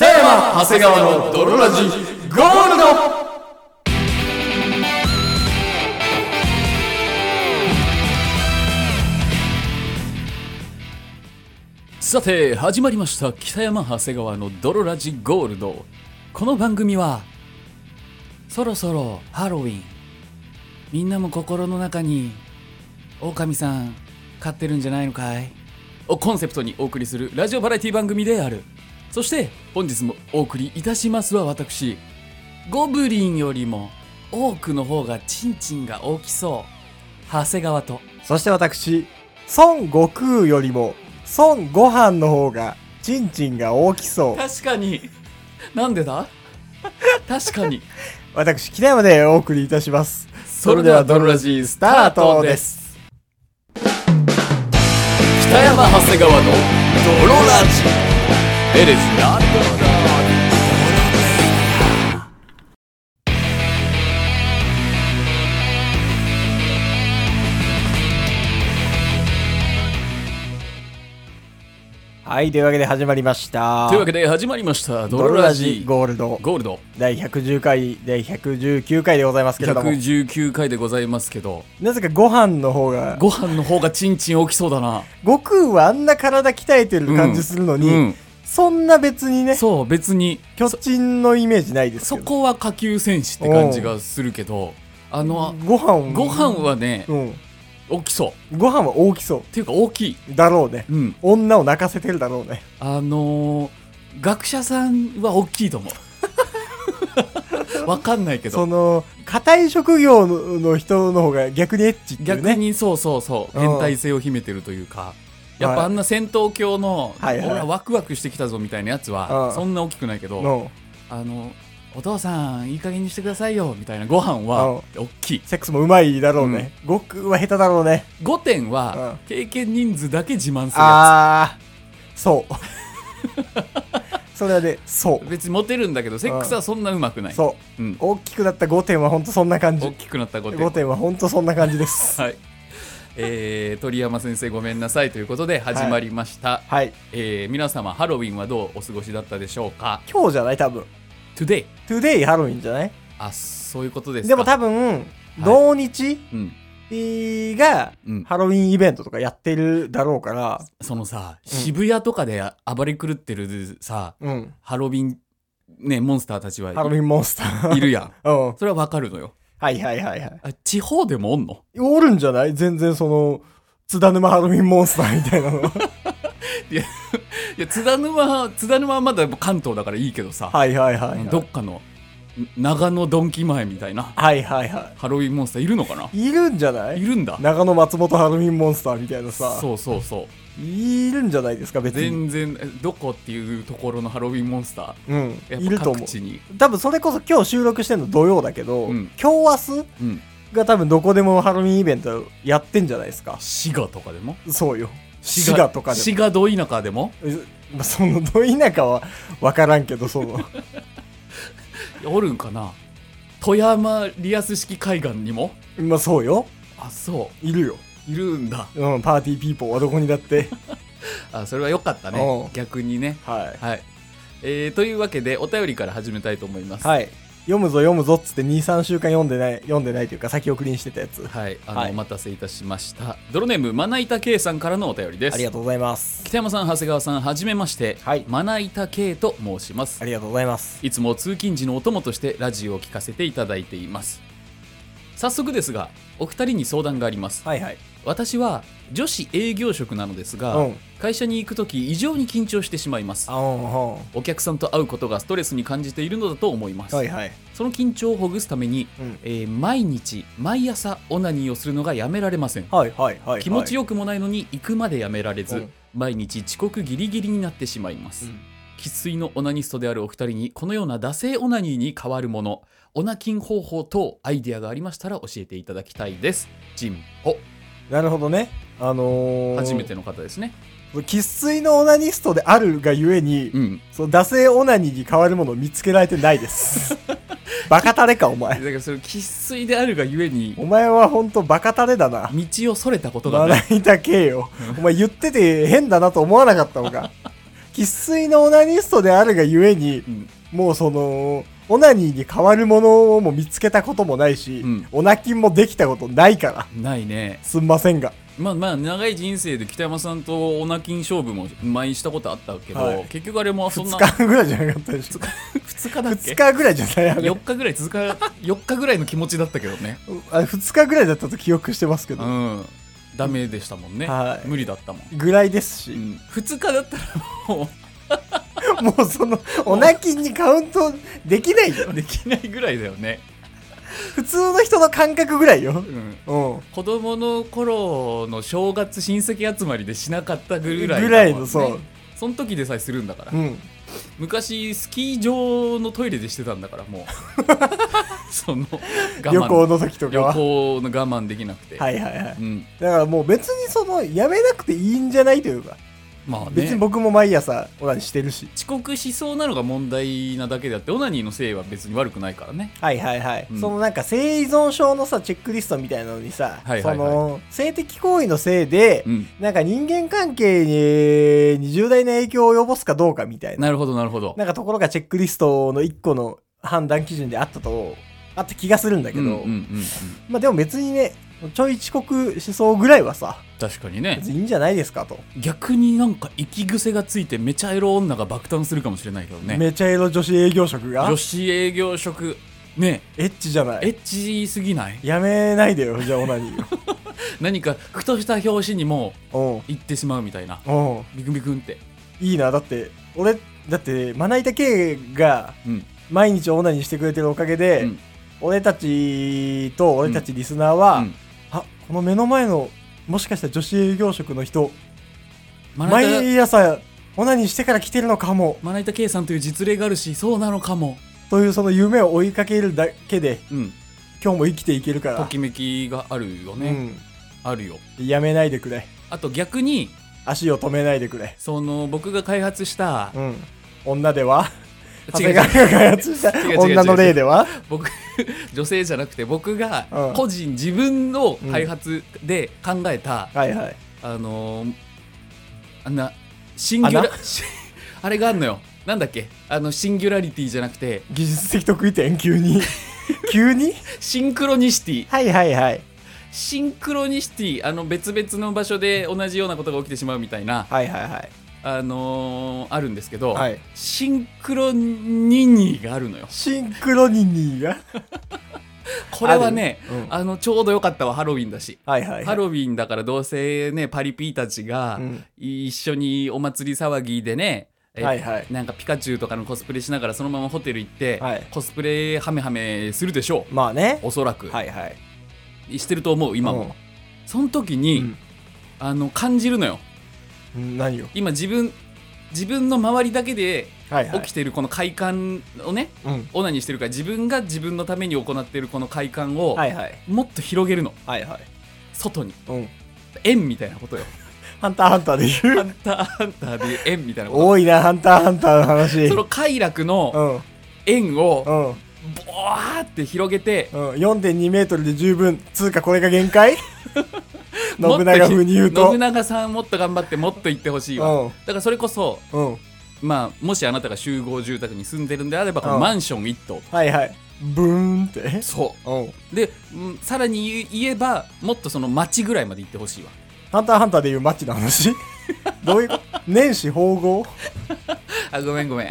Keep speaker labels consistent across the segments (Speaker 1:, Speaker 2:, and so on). Speaker 1: 川長谷川の泥ラジゴールドさて始まりました北山長谷川の泥ラジゴールドこの番組はそろそろハロウィンみんなも心の中に狼さん飼ってるんじゃないのかいをコンセプトにお送りするラジオバラエティ番組であるそして本日もお送りいたしますは私ゴブリンよりも多くの方がチンチンが大きそう長谷川と
Speaker 2: そして私、孫悟空よりも、孫悟飯の方が、チンチンが大きそう。
Speaker 1: 確かになんで だ確かに
Speaker 2: 私、北山でお送りいたします。
Speaker 1: それではドロラジースタートです北山長谷川のドロラジ It is not
Speaker 2: はい、というわけで始まりました。
Speaker 1: というわけで始まりましたド
Speaker 2: ド
Speaker 1: ロ
Speaker 2: ロ
Speaker 1: ラ
Speaker 2: ラ
Speaker 1: ジ
Speaker 2: ジ
Speaker 1: ゴ
Speaker 2: ゴールド、
Speaker 1: ールド
Speaker 2: 第110回、第119回でございますけれども、
Speaker 1: 119回でございますけど
Speaker 2: なぜかご飯の方が、
Speaker 1: ご飯の方がチンチン大きそうだな
Speaker 2: 悟空はあんな体鍛えてる感じするのに、
Speaker 1: うん
Speaker 2: そんな別にね、
Speaker 1: そう別に
Speaker 2: 巨人のイメージないです
Speaker 1: そ
Speaker 2: けど。
Speaker 1: こは下級戦士って感じがするけどあの
Speaker 2: ご飯
Speaker 1: ご飯、はね
Speaker 2: うん。
Speaker 1: 大きそうっ
Speaker 2: ご飯は大きそ。
Speaker 1: ていうか大きいう
Speaker 2: だろうね。
Speaker 1: うん
Speaker 2: 女を泣かせてるだろうね。
Speaker 1: あのー学者さんは大きいと思 うわかんないけ
Speaker 2: そ
Speaker 1: ど
Speaker 2: の硬い職業のの人の方が逆にエッチっていう
Speaker 1: 逆
Speaker 2: ね
Speaker 1: にそうそうそう
Speaker 2: うん
Speaker 1: 変態性を秘めてるというかやっぱあんな戦闘狂の、
Speaker 2: はいはい
Speaker 1: ほらワクワクしてきたぞみたいなやつは、
Speaker 2: うん
Speaker 1: そんな大きくないけど、
Speaker 2: の
Speaker 1: あのお父さんいい加減にしてくださいよみたいなご飯は大きい
Speaker 2: セックスもうまいだろうね、ごくは下手だろうね
Speaker 1: 5点は、経験人数だけ自慢するや
Speaker 2: ああそう それはねそ
Speaker 1: つ別にモテるんだけどセックスはそんなうまくな
Speaker 2: う
Speaker 1: い、
Speaker 2: そう
Speaker 1: うん、
Speaker 2: 大きくなった5点はほんとそんな感
Speaker 1: 大
Speaker 2: じ
Speaker 1: きくなった5点
Speaker 2: 5点はほんとそんな感じで す
Speaker 1: はい。えー鳥山先生ごめんなさいということで始まりました、
Speaker 2: はい
Speaker 1: えー皆様ハロウィンはどうお過ごしだったでしょうか
Speaker 2: 今日じゃない多分
Speaker 1: Today
Speaker 2: トゥデイハロウィンじゃない
Speaker 1: あそういうことですか
Speaker 2: でも多分同日
Speaker 1: うん
Speaker 2: が
Speaker 1: うん
Speaker 2: ハロウィンイベントとかやってるだろうから
Speaker 1: そのさ渋谷とかで暴れ狂ってるさ
Speaker 2: うん
Speaker 1: ハロウィンねモンスターたちは
Speaker 2: ハロウィンモンスター
Speaker 1: いるやん
Speaker 2: うん
Speaker 1: それはわかるのよ
Speaker 2: はいはいはいはい
Speaker 1: あ地方でもおんの
Speaker 2: おるんじゃない全然その、津田沼ハロウィンモンスターみたいなの。
Speaker 1: いや津田沼津田沼はまだ関東だからいいけどさ、
Speaker 2: はいはいはい、はい。
Speaker 1: どっかのん長野ドンキ前みたいな
Speaker 2: はいはいは。
Speaker 1: ハロウィンモンスターいるのかない
Speaker 2: いるんじゃない
Speaker 1: いるんだ
Speaker 2: 長野松本ハロウィンモンスターみたいなさ。
Speaker 1: そうそうそう
Speaker 2: いるんじゃないですか、別に。
Speaker 1: 全然えどこっていうところのハロウィンモンスタ
Speaker 2: うん。
Speaker 1: ー
Speaker 2: い
Speaker 1: や
Speaker 2: る
Speaker 1: っ
Speaker 2: と
Speaker 1: ぱ
Speaker 2: 思
Speaker 1: 各
Speaker 2: う。
Speaker 1: 地に、
Speaker 2: 多分それこそ今日収録してるの土曜だけど、
Speaker 1: うん
Speaker 2: 今日明日
Speaker 1: うん、
Speaker 2: が多分どこでもハロウィンイベントやってんじゃないですか。
Speaker 1: 滋賀とかでも
Speaker 2: そうよ。滋賀とかで
Speaker 1: 滋賀ど田舎でも
Speaker 2: も。まあその、ど田舎は分からんけど、そ の、
Speaker 1: おるんかな富山リアス式海岸にも
Speaker 2: まあそうよ。
Speaker 1: あそ
Speaker 2: いるよ。
Speaker 1: ういるんだ
Speaker 2: うん、パーティーピーポーはどこにだって。
Speaker 1: あそれは良かった
Speaker 2: お
Speaker 1: ね
Speaker 2: う
Speaker 1: 逆にね
Speaker 2: はい。
Speaker 1: はい、えーというわけでお便りから始めたいと思います
Speaker 2: はい。読むぞ読むぞっつって2、3週間読んでない、読んでないというか先送りにしてたやつ。
Speaker 1: はいあの、
Speaker 2: はい
Speaker 1: お待たせいたしましたドロネームまな板圭さんからのお便りです
Speaker 2: ありがとうございます。
Speaker 1: 北山さん長谷川さんはじめまして、
Speaker 2: はい
Speaker 1: まな板圭と申します
Speaker 2: ありがとうございます。
Speaker 1: いつも通勤時のお供としてラジオを聞かせていただいています。早速ですが、お二人に相談があります。
Speaker 2: はいはい。
Speaker 1: 私は女子営業職なのですが、
Speaker 2: うん
Speaker 1: 会社に行くとき異常に緊張してしまいます。
Speaker 2: あうんうん。は
Speaker 1: お客さんと会うことがストレスに感じているのだと思います。
Speaker 2: いはい。
Speaker 1: その緊張をほぐすために、
Speaker 2: うん。
Speaker 1: えー毎日、毎朝オナニーをするのがやめられません。
Speaker 2: はいはいはいはい。
Speaker 1: 気持ち
Speaker 2: よ。
Speaker 1: よくもないのに行くまでやめられず、
Speaker 2: うん
Speaker 1: 毎日遅刻ギリギリになってしまいます。生粋のオナニストであるお二人にこのような惰性オナニーに変わるものオナキン方法等アイディアがありましたら教えていただきたいですジンポ
Speaker 2: なるほどね。あのー、
Speaker 1: 初めての方ですね
Speaker 2: 生粋のオナニストであるがゆえに、
Speaker 1: うん
Speaker 2: その惰性オナニーに変わるものを見つけられてない です。バカタレか、お
Speaker 1: だ
Speaker 2: 前。
Speaker 1: からそれ生粋であるがゆえに
Speaker 2: お前はほんとバカタレだな。
Speaker 1: 道をそれたことが
Speaker 2: ま
Speaker 1: な
Speaker 2: ない 板けよ。お前言ってて変だなと思わなかったのか。生粋のオナニストであるがゆえに
Speaker 1: う、ん
Speaker 2: もうその、オナニーに変わるものをも見つけたこともないし、
Speaker 1: うん
Speaker 2: オナキンもできたことないから、
Speaker 1: ないね
Speaker 2: すんませんが。
Speaker 1: まあまあ長い人生で北山さんとオナキン勝負も前にしたことあったけど、
Speaker 2: はい
Speaker 1: 結局あれもそんな
Speaker 2: 2日ぐらいじゃなかったでしょ。
Speaker 1: 2日だっけ
Speaker 2: 2日ぐらいじゃないあ れ。
Speaker 1: 4日ぐらい続か4日ぐらいの気持ちだったけどね
Speaker 2: あれ2日ぐらいだったと記憶してますけ
Speaker 1: う
Speaker 2: ど、
Speaker 1: んダメでしたもんね、
Speaker 2: はい
Speaker 1: 無理だったもん、
Speaker 2: ぐらいです
Speaker 1: う
Speaker 2: し、
Speaker 1: ん、2日だったらも
Speaker 2: もうその、オナキンにカウントできないよ
Speaker 1: う。できないぐらいだよね、
Speaker 2: 普通の人の感覚ぐらいよ
Speaker 1: う。ん、
Speaker 2: うん。
Speaker 1: 子供の頃の正月親戚集まりでしなかったぐらいだもんね
Speaker 2: ぐらいのそう
Speaker 1: その時でさえするんだから、
Speaker 2: うん。
Speaker 1: 昔スキー場のトイレでしてたんだからも うその我慢
Speaker 2: 旅行の時とか
Speaker 1: 旅
Speaker 2: は。
Speaker 1: 行の我慢できなくて、
Speaker 2: はいはいはい。
Speaker 1: うん、
Speaker 2: だからもう別にその、やめなくていいんじゃないというか、
Speaker 1: まあね
Speaker 2: 別に僕も毎朝オナニーしてるし。
Speaker 1: 遅刻しそうなのが問題なだけであってオナニーのせいは別に悪くないからね
Speaker 2: はいはいはい、
Speaker 1: うん
Speaker 2: そのなんか性依存症のさチェックリストみたいなのにさ、
Speaker 1: はいはいはい
Speaker 2: その性的行為のせいで、
Speaker 1: うん
Speaker 2: なんか人間関係に重大な影響を及ぼすかどうかみたいな
Speaker 1: なるほどなるほど
Speaker 2: なんかところがチェックリストの1個の判断基準であったとあった気がするんだけど、
Speaker 1: うんうんうんうん、
Speaker 2: まあでも別にねちょい遅刻しそうぐらいはさ
Speaker 1: 確かにね
Speaker 2: 別にいいんじゃないですかと、
Speaker 1: 逆になんか息癖がついてめちゃエロ女が爆誕するかもしれないけどね
Speaker 2: めちゃエロ女子営業職が
Speaker 1: 女子営業職ね
Speaker 2: エッチじゃない
Speaker 1: エッチすぎない
Speaker 2: やめないでよじゃあオナニ ー
Speaker 1: 何かふとした表紙にも
Speaker 2: を
Speaker 1: う行ってしまうみたいな
Speaker 2: うんうん
Speaker 1: ビクビクンって
Speaker 2: いいなだって俺だってまな板系が
Speaker 1: うん
Speaker 2: 毎日オナニーしてくれてるおかげで、
Speaker 1: うん
Speaker 2: 俺たちと俺たちリスナーは、
Speaker 1: うん
Speaker 2: あこの目の前のもしかしたら女子営業職の人
Speaker 1: まな板
Speaker 2: 毎朝オナニーしてから来てるのかも
Speaker 1: まな板 K さんという実例があるしそうなのかも
Speaker 2: というその夢を追いかけるだけで
Speaker 1: うん
Speaker 2: 今日も生きていけるから
Speaker 1: ときめきがあるよね、あるよ
Speaker 2: うん、やめないでくれ
Speaker 1: あと逆に
Speaker 2: 足を止めないでくれ、
Speaker 1: その僕が開発した
Speaker 2: うん、女では長
Speaker 1: 違う違
Speaker 2: 谷
Speaker 1: う
Speaker 2: 川が開発した
Speaker 1: 違う違う違う
Speaker 2: 女の例では
Speaker 1: 僕 女性じゃなくて僕が
Speaker 2: うん
Speaker 1: 個人自分の開発で考えた、
Speaker 2: はいはい
Speaker 1: あのーあんなシンギュラ
Speaker 2: 穴
Speaker 1: あれがあんのよなんだっけあのシンギュラリティじゃなくて
Speaker 2: 技術的得意点急 に急に
Speaker 1: シンクロニシティ
Speaker 2: はいはいはい
Speaker 1: シンクロニシティあの別々の場所で同じようなことが起きてしまうみたいな、
Speaker 2: はいはいはい
Speaker 1: あのーあるんですけど、
Speaker 2: はい
Speaker 1: シンクロニニがあるのよ
Speaker 2: シンクロニニーが
Speaker 1: これはね
Speaker 2: あるうん
Speaker 1: あのちょうどよかったわハロウィンだし
Speaker 2: はいはい
Speaker 1: ハロウィンだからどうせねパリピーたちが
Speaker 2: うん
Speaker 1: 一緒にお祭り騒ぎでね、え
Speaker 2: はいはい
Speaker 1: なんかピカチュウとかのコスプレしながらそのままホテル行って、
Speaker 2: はい
Speaker 1: コスプレハメハメするでしょ
Speaker 2: まあね
Speaker 1: うおそらく、
Speaker 2: はいはい
Speaker 1: してると思う今も、その時に、
Speaker 2: うん
Speaker 1: あの感じるのよ
Speaker 2: うんうん何よ
Speaker 1: 今自分自分の周りだけで
Speaker 2: はいは
Speaker 1: 起
Speaker 2: い
Speaker 1: きてるこの快感をね
Speaker 2: うん
Speaker 1: オナニーしてるから自分が自分のために行ってるこの快感を、
Speaker 2: はいはい
Speaker 1: もっと広げるの
Speaker 2: はいはい
Speaker 1: 外に
Speaker 2: うん
Speaker 1: 円みたいなことよ
Speaker 2: ハンターハンターで
Speaker 1: ハ
Speaker 2: 言う
Speaker 1: ンターハン ターでいう円みたいなこと
Speaker 2: 多いなハンターハンターの話
Speaker 1: その快楽
Speaker 2: う
Speaker 1: の
Speaker 2: ん
Speaker 1: 円
Speaker 2: う
Speaker 1: を
Speaker 2: んうん
Speaker 1: ボワーって広げて
Speaker 2: 4.2メートルで十分つうかこれが 限界
Speaker 1: もっと
Speaker 2: 信長風に言うと
Speaker 1: 信長さんもっと頑張ってもっと行ってほしいわ
Speaker 2: うん
Speaker 1: だからそれこそ
Speaker 2: うん
Speaker 1: まあもしあなたが集合住宅に住んでるんであればこ
Speaker 2: う
Speaker 1: の
Speaker 2: ん
Speaker 1: マンション1棟
Speaker 2: はいはいブーンって
Speaker 1: そ
Speaker 2: うん
Speaker 1: うでうんさらに言えばもっとその町ぐらいまで行ってほしいわ
Speaker 2: ハンターハンターで言うマッチの 話どういうこと年始縫合
Speaker 1: あごめんごめ ん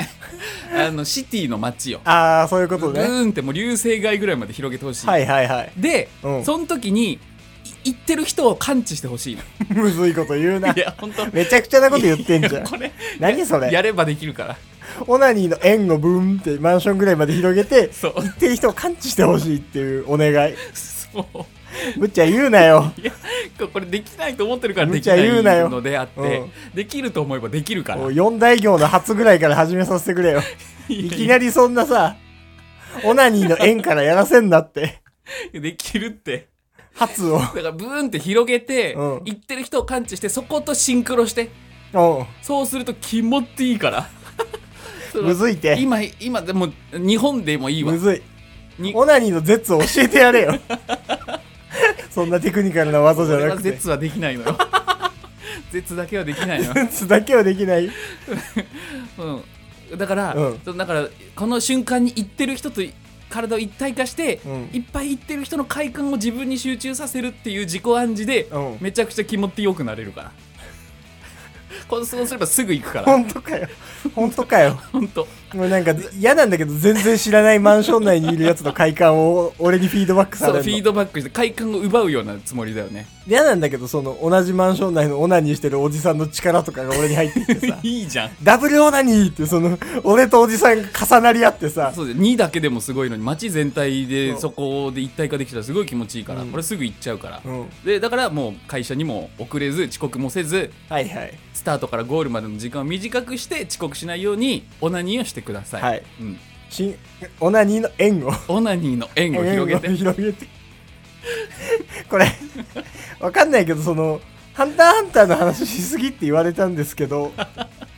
Speaker 1: あのシティの町よ
Speaker 2: ああそういうこ
Speaker 1: う
Speaker 2: とね
Speaker 1: ーんってもう流星街ぐらいまで広げてほしい、
Speaker 2: はいはい はい
Speaker 1: で、
Speaker 2: うん
Speaker 1: その時にい行ってる人を感知してほしいの
Speaker 2: むずいこと言うない
Speaker 1: や本当
Speaker 2: めちゃくちゃなこと言ってんじゃん
Speaker 1: いやこれ
Speaker 2: 何そ
Speaker 1: や
Speaker 2: れ
Speaker 1: ればできるから
Speaker 2: オナニーの円をブーンってマンションぐらいまで広げて
Speaker 1: そう
Speaker 2: 行ってる人を感知してほしいっていうお願い
Speaker 1: そう
Speaker 2: むっちゃん言うなよ
Speaker 1: いやこれできないと思ってるから
Speaker 2: む
Speaker 1: でき
Speaker 2: ちゃ
Speaker 1: な
Speaker 2: 言うないよ
Speaker 1: のであって、
Speaker 2: うん
Speaker 1: できると思えばできるから
Speaker 2: もう四大行の初ぐらいから始めさせてくれよいきなりそんなさオナニーの円からやらせんな って
Speaker 1: できるって
Speaker 2: 初を
Speaker 1: だからブーンって広げて、
Speaker 2: うん
Speaker 1: 行ってる人を感知してそことシンクロして
Speaker 2: うん
Speaker 1: そうすると気持ちいいからその
Speaker 2: むずいて
Speaker 1: 今今でも日本でもいいわ
Speaker 2: むずい
Speaker 1: に
Speaker 2: オナニーの絶を教えて やれよそんなテクニカルな技じゃ
Speaker 1: 俺
Speaker 2: な
Speaker 1: は
Speaker 2: くて
Speaker 1: 絶はできないのよ 絶だけはできないの、
Speaker 2: つだけはできない。
Speaker 1: うん、だから、
Speaker 2: うん
Speaker 1: そうだからこの瞬間に行ってる人と体を一体化して、
Speaker 2: うん
Speaker 1: いっぱい行ってる人の快感を自分に集中させるっていう自己暗示で、
Speaker 2: うん
Speaker 1: めちゃくちゃ気持ちよくなれるから これそうすればすぐ行くから
Speaker 2: 本当かよ。本当かよ。
Speaker 1: 本当
Speaker 2: もうなんか嫌なんだけど全然知らないマンション内にいるやつの快感を俺にフィードバックさ
Speaker 1: そう
Speaker 2: れ
Speaker 1: フィー
Speaker 2: るの
Speaker 1: ドバックして快感を奪うようなつもりだよね
Speaker 2: 嫌なんだけどその同じマンション内のオナニーしてるおじさんの力とかが俺に入ってきてさ
Speaker 1: いいじゃん
Speaker 2: ダブルオナニーってその俺とおじさんが重なり合ってさ
Speaker 1: そうで2だけでもすごいのに街全体
Speaker 2: そ
Speaker 1: で
Speaker 2: う
Speaker 1: そこで一体化できたらすごい気持ちいいから、
Speaker 2: うん
Speaker 1: これすぐ行っちゃうから、
Speaker 2: うん
Speaker 1: でだからもう会社にも遅れず遅刻もせず
Speaker 2: はいはい
Speaker 1: スタートからゴールまでの時間を短くして遅刻しないようにオナニーをしてください、
Speaker 2: はい
Speaker 1: うん、
Speaker 2: 新オナニーの円を
Speaker 1: オナニーの 円を広げて
Speaker 2: 円を 広げてこれわかんないけどその「ハンターハンター」の話しすぎって言われたんですけど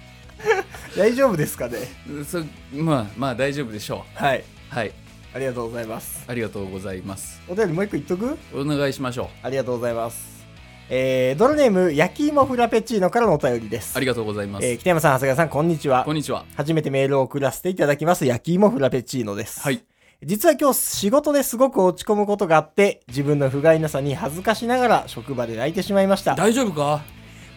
Speaker 2: 大丈夫ですかね
Speaker 1: そまあまあ大丈夫でしょ
Speaker 2: はいう
Speaker 1: はい
Speaker 2: ありがとうございます
Speaker 1: ありがとうございます
Speaker 2: お便りもう一個言っとく
Speaker 1: お願いしましょう
Speaker 2: ありがとうございます。えー、ドロネーム、焼き芋フラペチーノからのお便りです。
Speaker 1: ありがとうございます、
Speaker 2: えー、北山さん、長谷川さん、こんにちは。
Speaker 1: こんにちは
Speaker 2: 初めてメールを送らせていただきます、焼き芋フラペチーノです。
Speaker 1: はい。
Speaker 2: 実は今日、仕事ですごく落ち込むことがあって、自分の不甲斐なさに恥ずかしながら職場で泣いてしまいました。
Speaker 1: 大丈夫か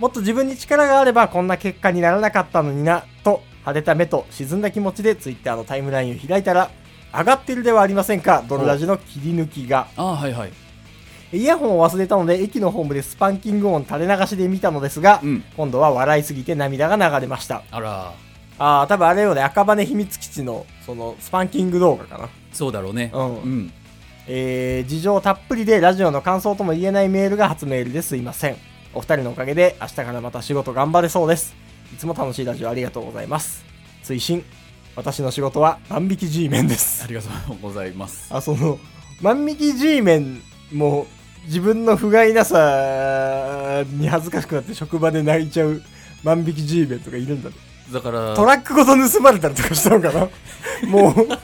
Speaker 2: もっと自分に力があれば、こんな結果にならなかったのにな、と、派手た目と沈んだ気持ちで、ツイッターのタイムラインを開いたら、上がってるではありませんか、ドロラジの切り抜きが。
Speaker 1: ああはいはい
Speaker 2: イヤホンを忘れたので駅のホームでスパンキング音垂れ流しで見たのですが、
Speaker 1: うん
Speaker 2: 今度は笑いすぎて涙が流れました
Speaker 1: あら
Speaker 2: ああ多分あれよね赤羽秘密基地のそのスパンキング動画かな
Speaker 1: そうだろうね
Speaker 2: うん
Speaker 1: うん、
Speaker 2: えー、事情たっぷりでラジオの感想とも言えないメールが初メールですいませんお二人のおかげで明日からまた仕事頑張れそうですいつも楽しいラジオありがとうございます追伸私の仕事は万引き G メンです
Speaker 1: ありがとうございます
Speaker 2: あその万引き G メンも自分の不甲斐なさに恥ずかしくなって職場で泣いちゃう万引き G メンとかいるんだね
Speaker 1: だから
Speaker 2: トラックごと盗まれたりとかしたのかなもう不甲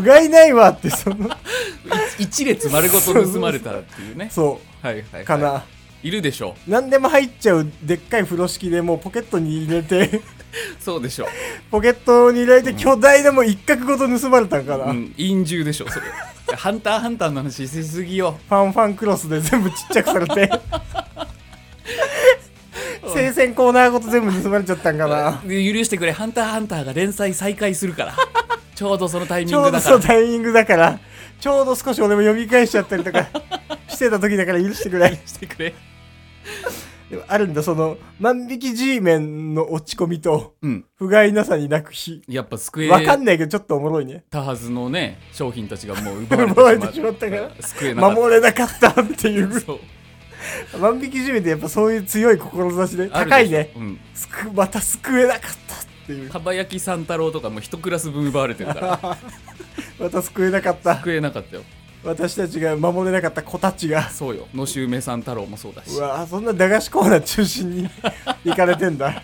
Speaker 2: 斐ないわってそ
Speaker 1: い
Speaker 2: の
Speaker 1: 一列丸ごと盗まれたっていうね
Speaker 2: そ
Speaker 1: はいはい、は
Speaker 2: う
Speaker 1: い、
Speaker 2: かな、
Speaker 1: いるでしょ
Speaker 2: 何でも入っちゃうでっかい風呂敷でもうポケットに入れて
Speaker 1: うそうでしょう
Speaker 2: ポケットに入れて巨大でも一角ごと盗まれたのかな、
Speaker 1: うん、陰獣でしょそれハンターハンターの話しすぎよ
Speaker 2: ファンファンクロスで全部ちっちゃくさ れて生鮮コーナーごと全部盗まれちゃったんかな
Speaker 1: 許してくれハンターハンターが連載再開する からちょうどそのタイミ
Speaker 2: ち
Speaker 1: ン
Speaker 2: ょ
Speaker 1: グ
Speaker 2: うど
Speaker 1: だ
Speaker 2: そ
Speaker 1: か
Speaker 2: の
Speaker 1: ら
Speaker 2: タイミングだからちょうど少し俺も読み返しちゃったりとか してた時だから許してくれ
Speaker 1: してくれ
Speaker 2: でもあるんだその万引き G メンの落ち込みと
Speaker 1: うん
Speaker 2: 不甲斐なさに泣く日
Speaker 1: やっぱ救え
Speaker 2: わかんないけどちょっとおもろいね
Speaker 1: たはずのね商品たちがもう奪
Speaker 2: 奪わ
Speaker 1: われ
Speaker 2: れ
Speaker 1: てし
Speaker 2: てし
Speaker 1: ま
Speaker 2: ま
Speaker 1: っ
Speaker 2: ったから
Speaker 1: た救えなかっ
Speaker 2: 守れなかったってい
Speaker 1: た
Speaker 2: う
Speaker 1: そう
Speaker 2: 万引き G メンってやっぱそういう強い志で
Speaker 1: あるでしょ
Speaker 2: 高いね
Speaker 1: うん
Speaker 2: すくまた救えなかったっていう
Speaker 1: かば焼き三太郎とかも一クラス分奪われてるから
Speaker 2: また救えなかった
Speaker 1: 救えなかったよ
Speaker 2: 私たちが守れなかった子たちが
Speaker 1: そうよ野州梅三太郎もそうだし
Speaker 2: うわそんな駄菓子コーナー中心 に行かれてんだ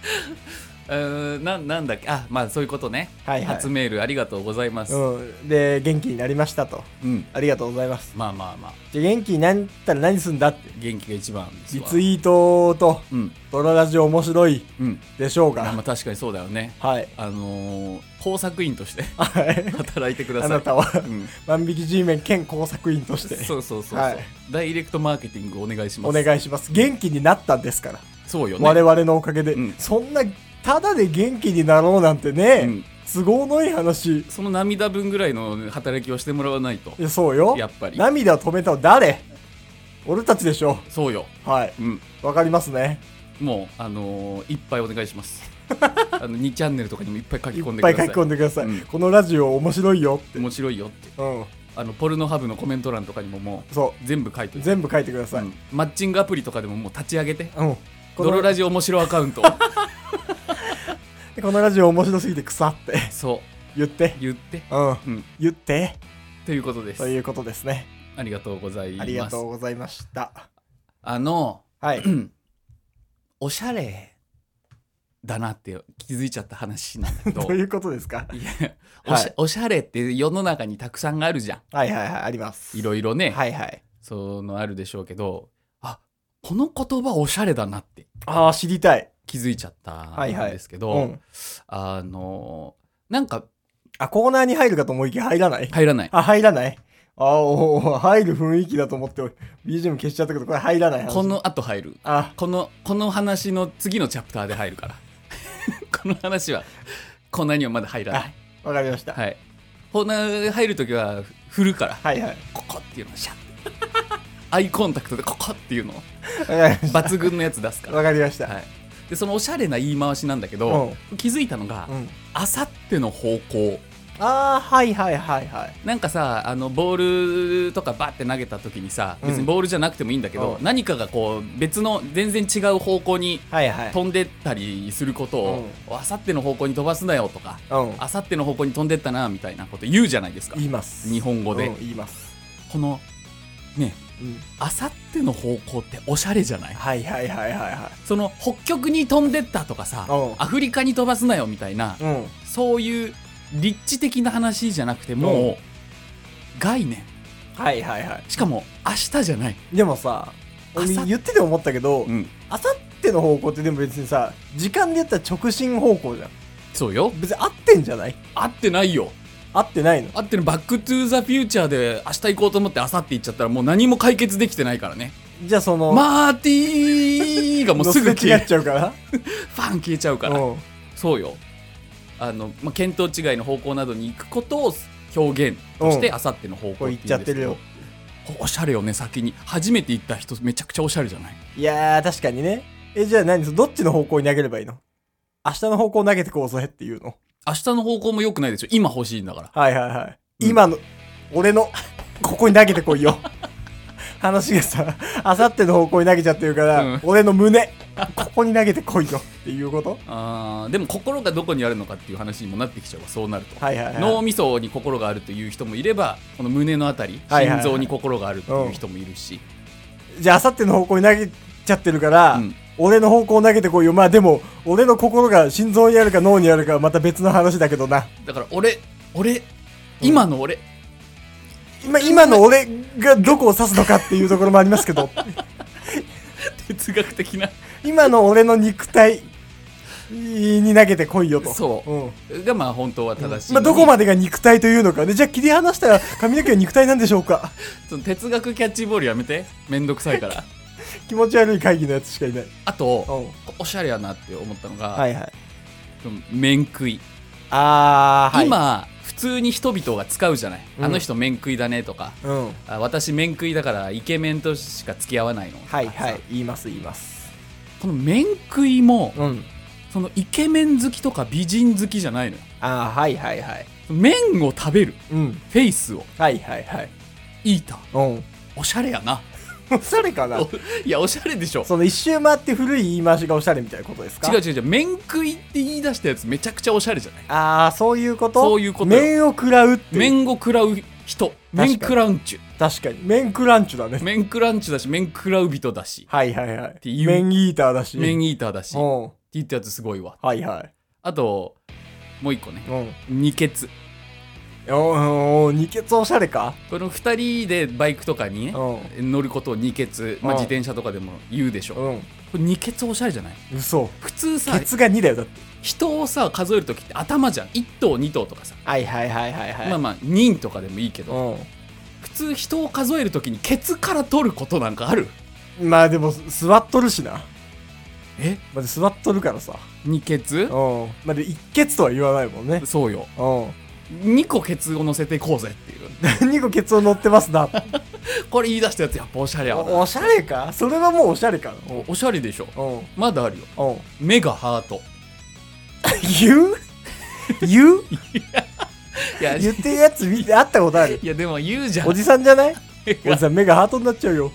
Speaker 1: うーんななんだっけあまあそういうことね、
Speaker 2: はいはい
Speaker 1: 初メールありがとうございます、
Speaker 2: うんで元気になりましたと
Speaker 1: うん
Speaker 2: ありがとうございます
Speaker 1: まあまあまあ
Speaker 2: じゃあ元気になったら何すんだって
Speaker 1: 元気が一番です
Speaker 2: リ
Speaker 1: わ
Speaker 2: ツイートと
Speaker 1: うん
Speaker 2: 「ドロラジオ面白い
Speaker 1: うん」
Speaker 2: でしょう
Speaker 1: あま
Speaker 2: が
Speaker 1: あ確かにそうだよね
Speaker 2: はい
Speaker 1: あのー工作員と して
Speaker 2: はい
Speaker 1: 働いてください
Speaker 2: あなたは
Speaker 1: うん、
Speaker 2: 万引き G メン兼工作員として
Speaker 1: そうそうそうそう、
Speaker 2: はい
Speaker 1: ダイレクトマーケティングお願いします
Speaker 2: お願いします元気になったんですから
Speaker 1: そうよね
Speaker 2: 我々のおかげで
Speaker 1: うん
Speaker 2: そんなただで元気になろうなんて
Speaker 1: う
Speaker 2: ね
Speaker 1: ん
Speaker 2: 都合のいい話
Speaker 1: その涙分ぐらいの働きをしてもらわないと
Speaker 2: いやそうよ
Speaker 1: やっぱり
Speaker 2: 涙を止めたの誰俺たちでしょ
Speaker 1: そうよ
Speaker 2: はい
Speaker 1: うん
Speaker 2: わかりますね
Speaker 1: もうあのーいっぱいお願いします あの2チャンネルとかにもいっぱい書き
Speaker 2: い
Speaker 1: 込ん
Speaker 2: っ
Speaker 1: で
Speaker 2: ぱ
Speaker 1: く
Speaker 2: い書
Speaker 1: だ
Speaker 2: き
Speaker 1: さ
Speaker 2: 込
Speaker 1: い
Speaker 2: んでください、
Speaker 1: うん
Speaker 2: このラジオ面白いよって
Speaker 1: 面白いよって
Speaker 2: うん
Speaker 1: あのポルノハブのコメント欄とかにもも
Speaker 2: そう
Speaker 1: 全部書いて
Speaker 2: う
Speaker 1: る、
Speaker 2: 全部書いてくだ
Speaker 1: う
Speaker 2: さい、うん
Speaker 1: ん、マッチングアプリとかでももう立ち上げて
Speaker 2: こ
Speaker 1: ドロ
Speaker 2: の
Speaker 1: ラジ面白アカウント
Speaker 2: このラジオ面白すぎて草って
Speaker 1: そう
Speaker 2: 言って、
Speaker 1: 言って
Speaker 2: うん、
Speaker 1: うん
Speaker 2: 言って
Speaker 1: ということです
Speaker 2: ということですね
Speaker 1: ありがとうございます
Speaker 2: ありがとうございました
Speaker 1: あの
Speaker 2: はい
Speaker 1: おしゃれだなって気づいちゃった話なんだけど
Speaker 2: どういうことですか
Speaker 1: いやおし,、
Speaker 2: はい
Speaker 1: おしゃれって世の中にたくさんあるじゃ
Speaker 2: はいはいはいあります
Speaker 1: んいろいろね、
Speaker 2: はいはい
Speaker 1: そのあるでしょうけどあこの言葉おしゃれだなって
Speaker 2: ああ、知りたい。
Speaker 1: 気づいちゃった
Speaker 2: はいは
Speaker 1: ん
Speaker 2: い
Speaker 1: ですけ
Speaker 2: う
Speaker 1: ど、
Speaker 2: ん。
Speaker 1: あのなんか
Speaker 2: あ、コーナーに入るかと思いきや入らない。
Speaker 1: 入らない
Speaker 2: あ、入らない。ああ、おー入る雰囲気だと思って、BGM 消しちゃったけど、これ入らない話。
Speaker 1: この後入る
Speaker 2: あ、
Speaker 1: このこの話の次のチャプターで入るから この話はこんなにはまだ入らない
Speaker 2: あ、わかりました。
Speaker 1: はいこんな入る時は振るから
Speaker 2: はいはい。
Speaker 1: ここっていうのをシャッ アイコンタクトでここっていうのを
Speaker 2: わかりました。
Speaker 1: 抜群のやつ出すから、
Speaker 2: わかりました。
Speaker 1: はい、でそのおしゃれな言い回しなんだけど、気づいたのが
Speaker 2: うん。
Speaker 1: あさっての方向
Speaker 2: ああ、はいはいはいはい。
Speaker 1: なんかさあのボールとかバッて投げた時にさ別
Speaker 2: う
Speaker 1: に
Speaker 2: ん
Speaker 1: ボールじゃなくてもいいんだけど、
Speaker 2: うん
Speaker 1: 何かがこう別の全然違う方向に
Speaker 2: はいはい。
Speaker 1: 飛んでったりすることを、あさっての方向に飛ばすなよとか
Speaker 2: うん。
Speaker 1: あさっての方向に飛んでったなみたいなこと言うじゃないですか
Speaker 2: 言います。
Speaker 1: 日本語で、
Speaker 2: うん言います。
Speaker 1: このね
Speaker 2: うん。
Speaker 1: あさっての方向っておしゃれじゃない
Speaker 2: はいはいはいはいは
Speaker 1: その北極に飛んでったとかさ
Speaker 2: うん。
Speaker 1: アフリカに飛ばすなよみたいない
Speaker 2: うん。
Speaker 1: そういう立地的な話じゃなくてもう概念
Speaker 2: はいはいは
Speaker 1: しかも明日じゃない、
Speaker 2: い。でもさ、俺
Speaker 1: あさ
Speaker 2: 言ってて思ったけど、
Speaker 1: うん、
Speaker 2: あさっての方向ってでも別にさ、時間で言ったら直進方向じゃん。
Speaker 1: そうよ
Speaker 2: 別に合ってんじゃない
Speaker 1: 合ってないよ
Speaker 2: 合ってないの。
Speaker 1: 合ってるバックトゥーザフューチャーで明日行こうと思って明後日行っちゃったらもう何も解決できてないからね
Speaker 2: じゃあその、
Speaker 1: マーティーがもうすぐ
Speaker 2: 乗せ
Speaker 1: 消
Speaker 2: 違
Speaker 1: え
Speaker 2: っちゃうから。
Speaker 1: ファン消えちゃうから
Speaker 2: うん。
Speaker 1: そうよあの、まあ、見当違いの方向などに行くことを表現として
Speaker 2: うん
Speaker 1: あさっての方
Speaker 2: こ
Speaker 1: 向言
Speaker 2: う言
Speaker 1: う
Speaker 2: っ
Speaker 1: ん
Speaker 2: ちゃっ
Speaker 1: で
Speaker 2: て
Speaker 1: すけ
Speaker 2: る
Speaker 1: ど
Speaker 2: よ。
Speaker 1: おしゃれよね先に初めて行った人めちゃくちゃおしゃれじゃない
Speaker 2: いやー、確かにね。え、じゃあ何そどっちの方向に投げればいいの明日の方向投げてこうぜっていうの。
Speaker 1: 明日の方向も良くないでしょ今欲しいんだから
Speaker 2: はいはいはい。
Speaker 1: うん
Speaker 2: 今の、俺の、ここに投げてこいよ。 話がさ、あさっての方向に投げちゃってるから、
Speaker 1: うん
Speaker 2: 俺の胸、ここに投げてこいよっていうこと
Speaker 1: あーでも心がどこにあるのかっていう話にもなってきちゃうわそうなると、
Speaker 2: はいはいはい。
Speaker 1: 脳みそに心があるという人もいればこの胸のあたり
Speaker 2: はいはいは
Speaker 1: 心
Speaker 2: い
Speaker 1: 臓に心があるという人もいるし、
Speaker 2: じゃあ、あさっての方向に投げちゃってるから、
Speaker 1: うん
Speaker 2: 俺の方向投げてこいよ。まあでも、俺の心が心臓にあるか脳にあるかはまた別の話だけどな。
Speaker 1: だから俺俺今の俺、
Speaker 2: 今、今の俺がどこを指すのかっていうところもありますけ ど、
Speaker 1: 哲学的な
Speaker 2: 今の俺の肉体に投げてこいよと。
Speaker 1: そ
Speaker 2: うん。
Speaker 1: がまあ本当は正しい
Speaker 2: ま
Speaker 1: の
Speaker 2: あ、
Speaker 1: に、
Speaker 2: どこまでが肉体というのかねじゃあ切り離したら髪の毛は肉体なんでしょうか
Speaker 1: その哲学キャッチボールやめてめんどくさいから
Speaker 2: 気持ち悪い会議のやつしかいない
Speaker 1: あと
Speaker 2: ん
Speaker 1: おしゃれやなって思ったのが、
Speaker 2: はいはい
Speaker 1: その面食い、
Speaker 2: あー、はい、
Speaker 1: 今普通に人々が使うじゃない、
Speaker 2: うん
Speaker 1: あの人面食いだねとか
Speaker 2: うん
Speaker 1: あ私面食いだからイケメンとしか付き合わないの
Speaker 2: はいは
Speaker 1: さ
Speaker 2: い言います言います
Speaker 1: この面食いも、
Speaker 2: うん
Speaker 1: そのイケメン好きとか美人好きじゃないのよ
Speaker 2: あーはいはいはい
Speaker 1: 麺を食べる
Speaker 2: うん
Speaker 1: フェイスを
Speaker 2: はいはいはい
Speaker 1: イーター
Speaker 2: うん
Speaker 1: おしゃれやな
Speaker 2: おしゃれか ない
Speaker 1: やおしゃれでしょ
Speaker 2: その一周回って古い言い回しがおしゃれみたいなことですか
Speaker 1: 違う違う違う面食いって言い出したやつめちゃくちゃおしゃれじゃない
Speaker 2: ああそういうこと
Speaker 1: そういうことよ
Speaker 2: 麺を食らうっていう
Speaker 1: 面を食らう人
Speaker 2: かに
Speaker 1: 面食らうんちゅ
Speaker 2: 確かに麺クランチュだね
Speaker 1: 面食らうんちゅだし面食らう人だし
Speaker 2: はいはいはい
Speaker 1: ていう
Speaker 2: 麺イーターだし
Speaker 1: 面イーターだし
Speaker 2: う
Speaker 1: って
Speaker 2: ん
Speaker 1: 言ったやつすごいわ
Speaker 2: はいはい
Speaker 1: あともう一個ね
Speaker 2: うん
Speaker 1: 二血
Speaker 2: おお二血おしゃれか
Speaker 1: この二人でバイクとかにね
Speaker 2: う
Speaker 1: 乗ることを二血、まあ、
Speaker 2: うん
Speaker 1: 自転車とかでも言うでしょこ
Speaker 2: う
Speaker 1: れ
Speaker 2: ん
Speaker 1: 二血おしゃれじゃない
Speaker 2: 嘘
Speaker 1: 普通さ
Speaker 2: ケツが2だよだって
Speaker 1: 人をさ数える時って頭じゃん1頭2頭とかさ、
Speaker 2: はいはいはいはいは
Speaker 1: まあまあ人とかでもいいけど、普通人を数える時にケツから取ることなんかある
Speaker 2: うんまあでもす座っとるしな、
Speaker 1: え
Speaker 2: まあ、座っとるからさ
Speaker 1: 二ケツ
Speaker 2: うんまあで一血とは言わないもん ね
Speaker 1: そうよ
Speaker 2: う
Speaker 1: 2個ケツを乗せていこうぜ っていうん
Speaker 2: 2個ケツを乗ってますな
Speaker 1: これ言い出したやつやっぱおしゃれやわな
Speaker 2: おおしゃれかそれはもうおしゃれか
Speaker 1: おおしゃれでしょ
Speaker 2: うんうん
Speaker 1: まだあるよ
Speaker 2: うん
Speaker 1: 目がハート
Speaker 2: 言う言う
Speaker 1: いや
Speaker 2: 言ってるやつ見て会ったことある
Speaker 1: いやでも言うじゃん
Speaker 2: おじさんじゃないお
Speaker 1: いや
Speaker 2: じさん目がハートになっちゃうよ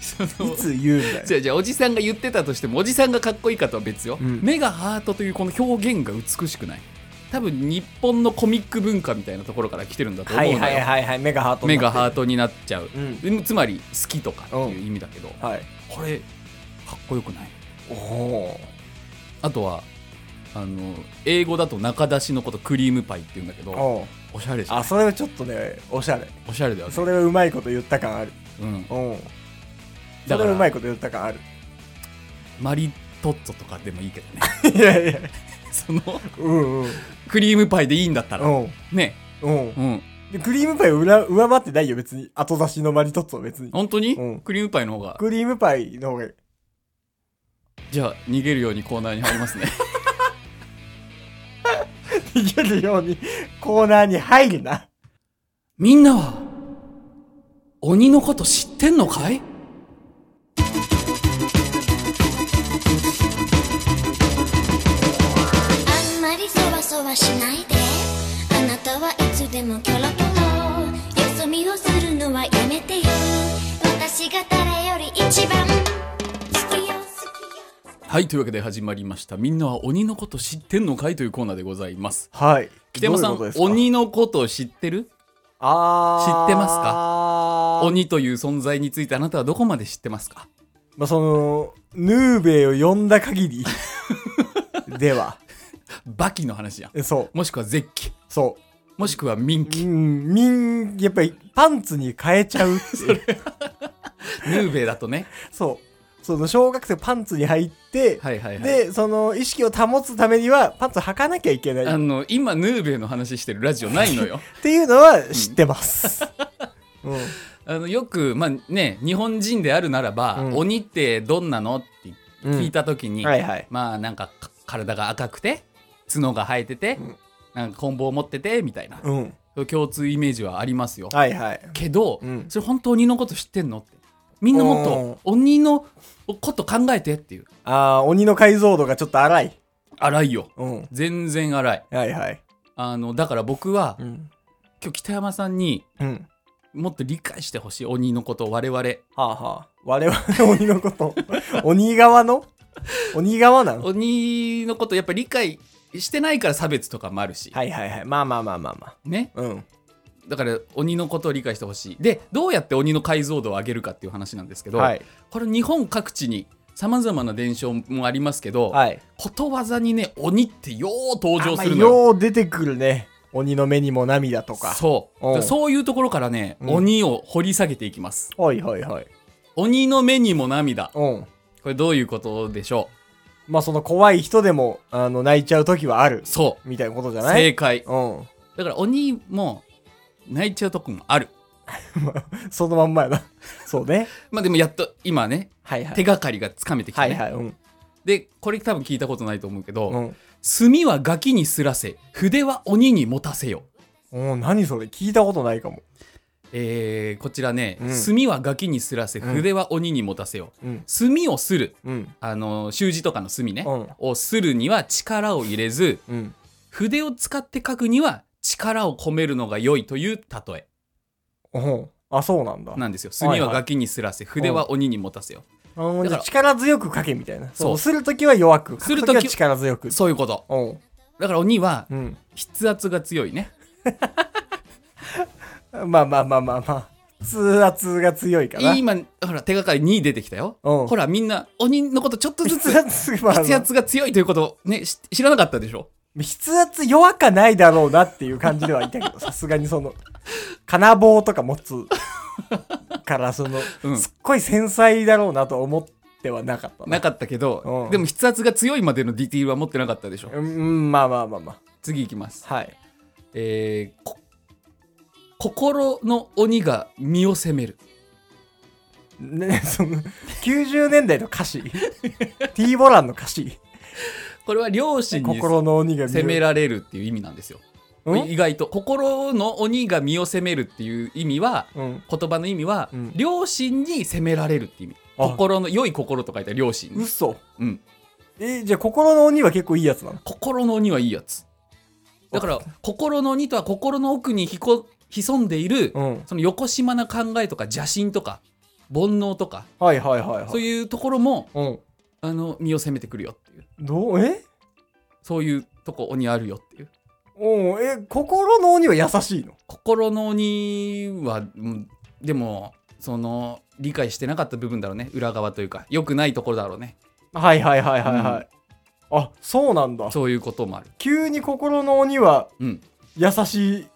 Speaker 1: そ
Speaker 2: い
Speaker 1: の
Speaker 2: つ言うんだよ
Speaker 1: じゃじゃおじさんが言ってたとしてもおじさんがかっこいいかとは別よ、
Speaker 2: うん
Speaker 1: 目がハートというこの表現が美しくない多分日本のコミック文化みたいなところから来てるんだと思うの
Speaker 2: はい
Speaker 1: よ、
Speaker 2: はいはいはい目がハート
Speaker 1: 目がハー
Speaker 2: ト
Speaker 1: トになっちゃう、
Speaker 2: うん
Speaker 1: うんつまり好きとかっていう意味だけど、
Speaker 2: はい
Speaker 1: これかっこよくない
Speaker 2: おお
Speaker 1: あとはあの英語だと中出しのことクリームパイって言うんだけど
Speaker 2: お
Speaker 1: おしゃれじゃん
Speaker 2: あそれはちょっとねおしゃれ
Speaker 1: おしゃれだよね
Speaker 2: それはうまいこと言った感ある
Speaker 1: うん
Speaker 2: うんそ
Speaker 1: だか
Speaker 2: れ
Speaker 1: ら
Speaker 2: うまいこと言った感ある
Speaker 1: マリトッツォとかでもいいけどね
Speaker 2: いやいや
Speaker 1: その
Speaker 2: うんうん
Speaker 1: クリームパイでいいんだったら、
Speaker 2: うん
Speaker 1: ね
Speaker 2: うん
Speaker 1: うん
Speaker 2: でクリームパイを裏上回ってないよ別に後出しのマリトッツォ別に
Speaker 1: 本当に、
Speaker 2: うん
Speaker 1: クリームパイの方が
Speaker 2: クリームパイの方がいい
Speaker 1: じゃあ逃げるようにコーナーに入り ますね
Speaker 2: 逃げるようにコーナーに入るな
Speaker 1: みんなは鬼のこと知ってんのかい
Speaker 3: あんまりそわそわしないであなたはいつでもキョロキョロ休みをするのはやめてよ私が誰より一番好きよ好
Speaker 1: はいというわけで始まりました「みんなは鬼のこと知ってんのかい?」というコーナーでございます
Speaker 2: はい
Speaker 1: 北山さ
Speaker 2: ど
Speaker 1: ん
Speaker 2: ういうことですか
Speaker 1: 鬼のことを知ってる知
Speaker 2: あー
Speaker 1: ってます
Speaker 2: か
Speaker 1: 鬼という存在についてあなたはどこまで知ってますか
Speaker 2: まあ、そのヌーベイを呼んだ 限りでは
Speaker 1: バキの話や
Speaker 2: えそう
Speaker 1: もしくは絶起
Speaker 2: そ
Speaker 1: もしくは民
Speaker 2: うう
Speaker 1: 起
Speaker 2: んみんやっぱりパンツに変えちゃうっていう
Speaker 1: ヌーベイだとね
Speaker 2: そうその小学生パンツに入って、
Speaker 1: はいはいはい
Speaker 2: でその意識を保つためにはパンツ履かなきゃいけない
Speaker 1: あ
Speaker 2: っ
Speaker 1: の今ヌーベイの話してるラジオないのよ
Speaker 2: ていうのは知ってます、うん
Speaker 1: あのよくまあね日本人であるならば、
Speaker 2: うん
Speaker 1: 鬼ってどんなのって聞いた時に、
Speaker 2: はいはい
Speaker 1: まあなんかか体が赤くて角が生えてて、
Speaker 2: ん
Speaker 1: なんか棍棒を持っててみたいな、
Speaker 2: うん
Speaker 1: 共通イメージはありますよ、
Speaker 2: はいはい
Speaker 1: けど、
Speaker 2: うん
Speaker 1: それ本当鬼のこと知ってんのってみんなもっと鬼のこと考えてっていう
Speaker 2: あー鬼の解像度がちょっと荒い
Speaker 1: 荒いよ
Speaker 2: うん
Speaker 1: 全然荒い
Speaker 2: はいはい
Speaker 1: あのだから僕は、
Speaker 2: うん
Speaker 1: 今日北山さんに
Speaker 2: うん
Speaker 1: もっと理解してほしい鬼のことを我々
Speaker 2: はあはあ我々の鬼のこと 鬼側の鬼側なのは
Speaker 1: 鬼のことやっぱり理解してないから差別とかもあるし、
Speaker 2: いはいはいまあまあまあまあま
Speaker 1: ね
Speaker 2: あうん
Speaker 1: だから鬼のことを理解してほしいでどうやって鬼の解像度を上げるかっていう話なんですけど、
Speaker 2: はい
Speaker 1: これ日本各地にさまざまな伝承もありますけど、
Speaker 2: はい
Speaker 1: ことわざにね鬼ってよう登場する
Speaker 2: あ
Speaker 1: のよ。
Speaker 2: よう出てくるね鬼の目にも涙とか
Speaker 1: そう
Speaker 2: うん
Speaker 1: だからそういうところからね、
Speaker 2: うん
Speaker 1: 鬼を掘り下げていきます
Speaker 2: はいはいはい
Speaker 1: 鬼の目にも涙
Speaker 2: うん
Speaker 1: これどういうことでしょ
Speaker 2: まあその怖い人でもあの泣いちゃう時はある
Speaker 1: うそう
Speaker 2: みたいなことじゃない
Speaker 1: 正解
Speaker 2: うん
Speaker 1: だから鬼も泣いちゃうとこもある
Speaker 2: そのまんまやなそうね
Speaker 1: まあでもやっと今ね
Speaker 2: はいは
Speaker 1: 手がかりがつかめてきた
Speaker 2: は
Speaker 1: ね、
Speaker 2: いはいうん
Speaker 1: でこれ多分聞いたことないと思うけど、
Speaker 2: うん
Speaker 1: 墨はガキにすらせ筆は鬼に持たせよ
Speaker 2: うん何それ聞いたことないかも
Speaker 1: えーこちらね、
Speaker 2: うん
Speaker 1: 墨はガキにすらせ
Speaker 2: うん
Speaker 1: 筆は鬼に持たせよ、
Speaker 2: うん
Speaker 1: 墨をする
Speaker 2: うん
Speaker 1: あの習字とかの墨ね、
Speaker 2: うん
Speaker 1: をするには力を入れず
Speaker 2: うん
Speaker 1: 筆を使って書くには力を込めるのが良いという例え
Speaker 2: うんあそうなんだ
Speaker 1: なんですよ墨はガキにすらせ筆は鬼に持たせよ、
Speaker 2: あの
Speaker 1: だ
Speaker 2: じ
Speaker 1: か
Speaker 2: ゃあ
Speaker 1: ら
Speaker 2: 力強く書けみたいな。
Speaker 1: そ
Speaker 2: そうう。するときは弱く。
Speaker 1: す
Speaker 2: す
Speaker 1: る
Speaker 2: る
Speaker 1: と
Speaker 2: と
Speaker 1: き
Speaker 2: きは力強く。
Speaker 1: そういうこと
Speaker 2: おう
Speaker 1: だから鬼は
Speaker 2: うん。
Speaker 1: 筆圧が強いね
Speaker 2: まあまあまあまあまあ。通圧が強いかな。
Speaker 1: 今ほら手がかり2出てきたよ
Speaker 2: うん
Speaker 1: ほらみんな鬼のことちょっとずつ
Speaker 2: 筆圧が、
Speaker 1: 筆圧が強いということをねし知らなかったでしょ
Speaker 2: 筆圧弱かないだろうなっていう感じではいた けど、さすがにその、金棒とか持つから、その、
Speaker 1: うん
Speaker 2: すっごい繊細だろうなと思ってはなかった
Speaker 1: なかったけど
Speaker 2: うん
Speaker 1: でも筆圧が強いまでのディティールは持ってなかったでしょ
Speaker 2: うんうん、まあまあまあま
Speaker 1: 次いきます
Speaker 2: あ。はい。
Speaker 1: えーこ心の鬼が身を責める
Speaker 2: ね、その、90年代の歌 詞。T ボランの歌詞。
Speaker 1: これは両親に
Speaker 2: 心の鬼が見る
Speaker 1: 責められるっていう意味なんですよ
Speaker 2: うん
Speaker 1: 意外と心の鬼が身を責めるっていう意味は
Speaker 2: うん。
Speaker 1: 言葉の意味は、
Speaker 2: うん
Speaker 1: 両親に責められるっていう意味
Speaker 2: あ
Speaker 1: 心の良い心と書いた両親
Speaker 2: 嘘
Speaker 1: うん
Speaker 2: えじゃあ心の鬼は結構いいやつなの
Speaker 1: 心の鬼はいいやつだから心の鬼とは心の奥にひこ潜んでいる、
Speaker 2: うん
Speaker 1: その横島な考えとか邪心とか煩悩とか
Speaker 2: はいはいはいはい
Speaker 1: そういうところも
Speaker 2: うん
Speaker 1: あの身を責めてくるよっていう
Speaker 2: どうえ
Speaker 1: そういうとこ鬼あるよっていう
Speaker 2: うんえ心の鬼は優しいの
Speaker 1: 心の鬼はうんでもその理解してなかった部分だろうね裏側というか良くないところだろうね
Speaker 2: はいはいはいはいはい、あそうなんだ
Speaker 1: そういうこともある
Speaker 2: 急に心の鬼は
Speaker 1: うん
Speaker 2: 優しい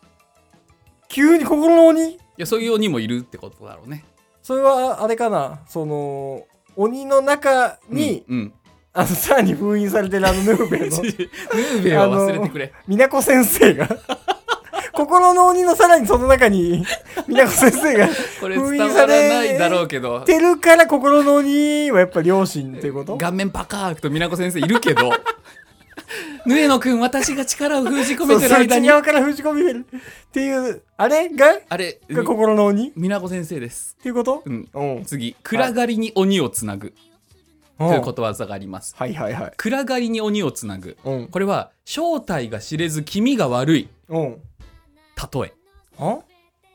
Speaker 2: 急に心の鬼
Speaker 1: いやそういう鬼もいるってことだろうね
Speaker 2: それはあれかなその鬼の中に、
Speaker 1: うんうん、
Speaker 2: あのさらに封印されてるあのヌーベ
Speaker 1: ヌ
Speaker 2: の
Speaker 1: ーベを忘れてくれ
Speaker 2: 美奈子先生 が心の鬼のさらにその中に美奈子先 生が
Speaker 1: これ伝わらないだろうけど
Speaker 2: てるから心の鬼はやっぱ両親っていうこと
Speaker 1: 顔面パカークと美奈子先生いるけど ヌエノ君私が力を封じ込めてる
Speaker 2: そう
Speaker 1: 間
Speaker 2: 内
Speaker 1: に
Speaker 2: 側から封じ込めてるっていうあれが
Speaker 1: あれ
Speaker 2: が心の鬼っ
Speaker 1: 美奈子先生です
Speaker 2: ていうこと
Speaker 1: うん
Speaker 2: うん
Speaker 1: 次暗がりに鬼をつなぐということわざがあります
Speaker 2: はいはいはい
Speaker 1: 暗がりに鬼をつなぐ
Speaker 2: うん
Speaker 1: これは正体が知れず気味が悪い
Speaker 2: うん
Speaker 1: 例え
Speaker 2: あ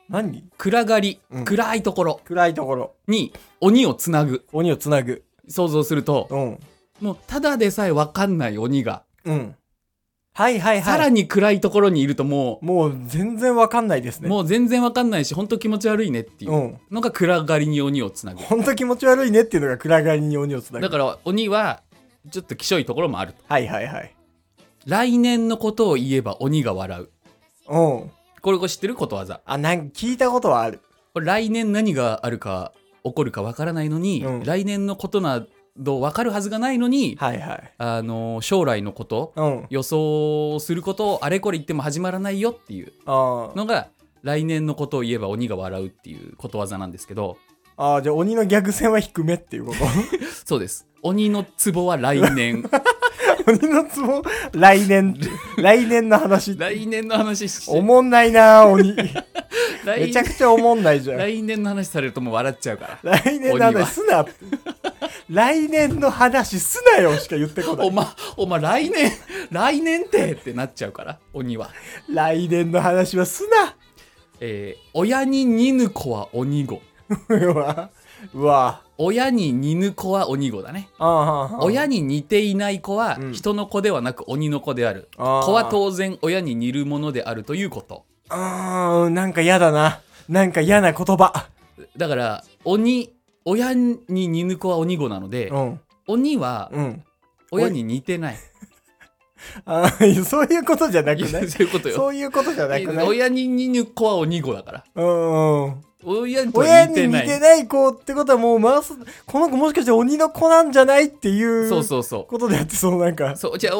Speaker 2: 何
Speaker 1: 暗がり、
Speaker 2: うん
Speaker 1: 暗いところ
Speaker 2: 暗いところ
Speaker 1: に鬼をつなぐ
Speaker 2: 鬼をつなぐ
Speaker 1: 想像すると
Speaker 2: うん
Speaker 1: もうただでさえ分かんない鬼が
Speaker 2: うんはいはいはい
Speaker 1: さらに暗いところにいるとも
Speaker 2: もう全然わかんないです
Speaker 1: う、
Speaker 2: ね
Speaker 1: もう全然分かんないし本当気持ち悪いねっていううんのが暗がりに鬼をつなぐ
Speaker 2: ほんと気持ち悪いねっていうのが暗がりに鬼をつな
Speaker 1: だ
Speaker 2: ぐ
Speaker 1: から鬼はちょっときしょいところもあると
Speaker 2: はいはいはい
Speaker 1: 来年のことを言えば鬼が笑う
Speaker 2: うん
Speaker 1: これこれ知ってることわざ
Speaker 2: あなんか聞いたことはある
Speaker 1: これ来年何があるか起こるか分からないのに、
Speaker 2: うん
Speaker 1: 来年のことなど分かるはずがないのに、
Speaker 2: はいはい
Speaker 1: あの将来のこと
Speaker 2: うん
Speaker 1: 予想することをあれこれ言っても始まらないよっていう
Speaker 2: あー
Speaker 1: のが来年のことを言えば鬼が笑うっていうことわざなんですけど
Speaker 2: あーじゃあ鬼の逆線は低めっていうこと
Speaker 1: そうです鬼の壺は来年
Speaker 2: 鬼のツボ来 年って来年の話って
Speaker 1: 来年の話し
Speaker 2: おもんないなぁ鬼め
Speaker 1: 来
Speaker 2: ちゃくちゃおもんないじゃん来
Speaker 1: 来年の話されるともう笑っちゃう から
Speaker 2: 年の
Speaker 1: 鬼は
Speaker 2: 話すなって来年の話すなよしか言ってこな
Speaker 1: お
Speaker 2: い
Speaker 1: まおま来年来年ってってなっちゃうから鬼は、
Speaker 2: 来年の話はす
Speaker 1: えー親に似ぬ子は鬼子
Speaker 2: な うわうわ
Speaker 1: 親に似ぬ子は鬼子だね
Speaker 2: あーはーはー
Speaker 1: 親に似ていない子は
Speaker 2: うん
Speaker 1: 人の子ではなく鬼の子である、
Speaker 2: あー
Speaker 1: 子は当然親に似るものであるということ
Speaker 2: あーなんか嫌だななんか嫌な言葉
Speaker 1: だから鬼親に似ぬ子は鬼子なので、
Speaker 2: うん
Speaker 1: 鬼は
Speaker 2: うん
Speaker 1: 親に似てない
Speaker 2: あーそういうことじゃなく
Speaker 1: い
Speaker 2: な
Speaker 1: や
Speaker 2: い
Speaker 1: そういうことよ
Speaker 2: そういうことじゃなくない
Speaker 1: 親に似ぬ子は鬼子だから
Speaker 2: うんうん
Speaker 1: 親とは
Speaker 2: 親
Speaker 1: 似
Speaker 2: に
Speaker 1: てな
Speaker 2: 似
Speaker 1: い
Speaker 2: てない子ってことはもう回すこの子もしかして鬼の子なんじゃないっていう
Speaker 1: そうそうそ
Speaker 2: ことであってそのなんか
Speaker 1: うそうじゃあ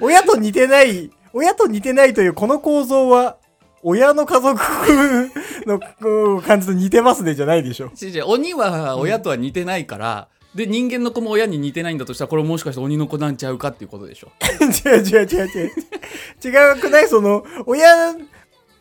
Speaker 1: お
Speaker 2: 親と似てない親と似てないというこの構造は親の家族のこう感じと似てますねじゃないでしょ
Speaker 1: 違う違う鬼は親とは似てないから、で人間の子も親に似てないんだとしたらこれもしかして鬼の子なんちゃうかっていうことでしょ
Speaker 2: 違う違う違う違う違うくないその親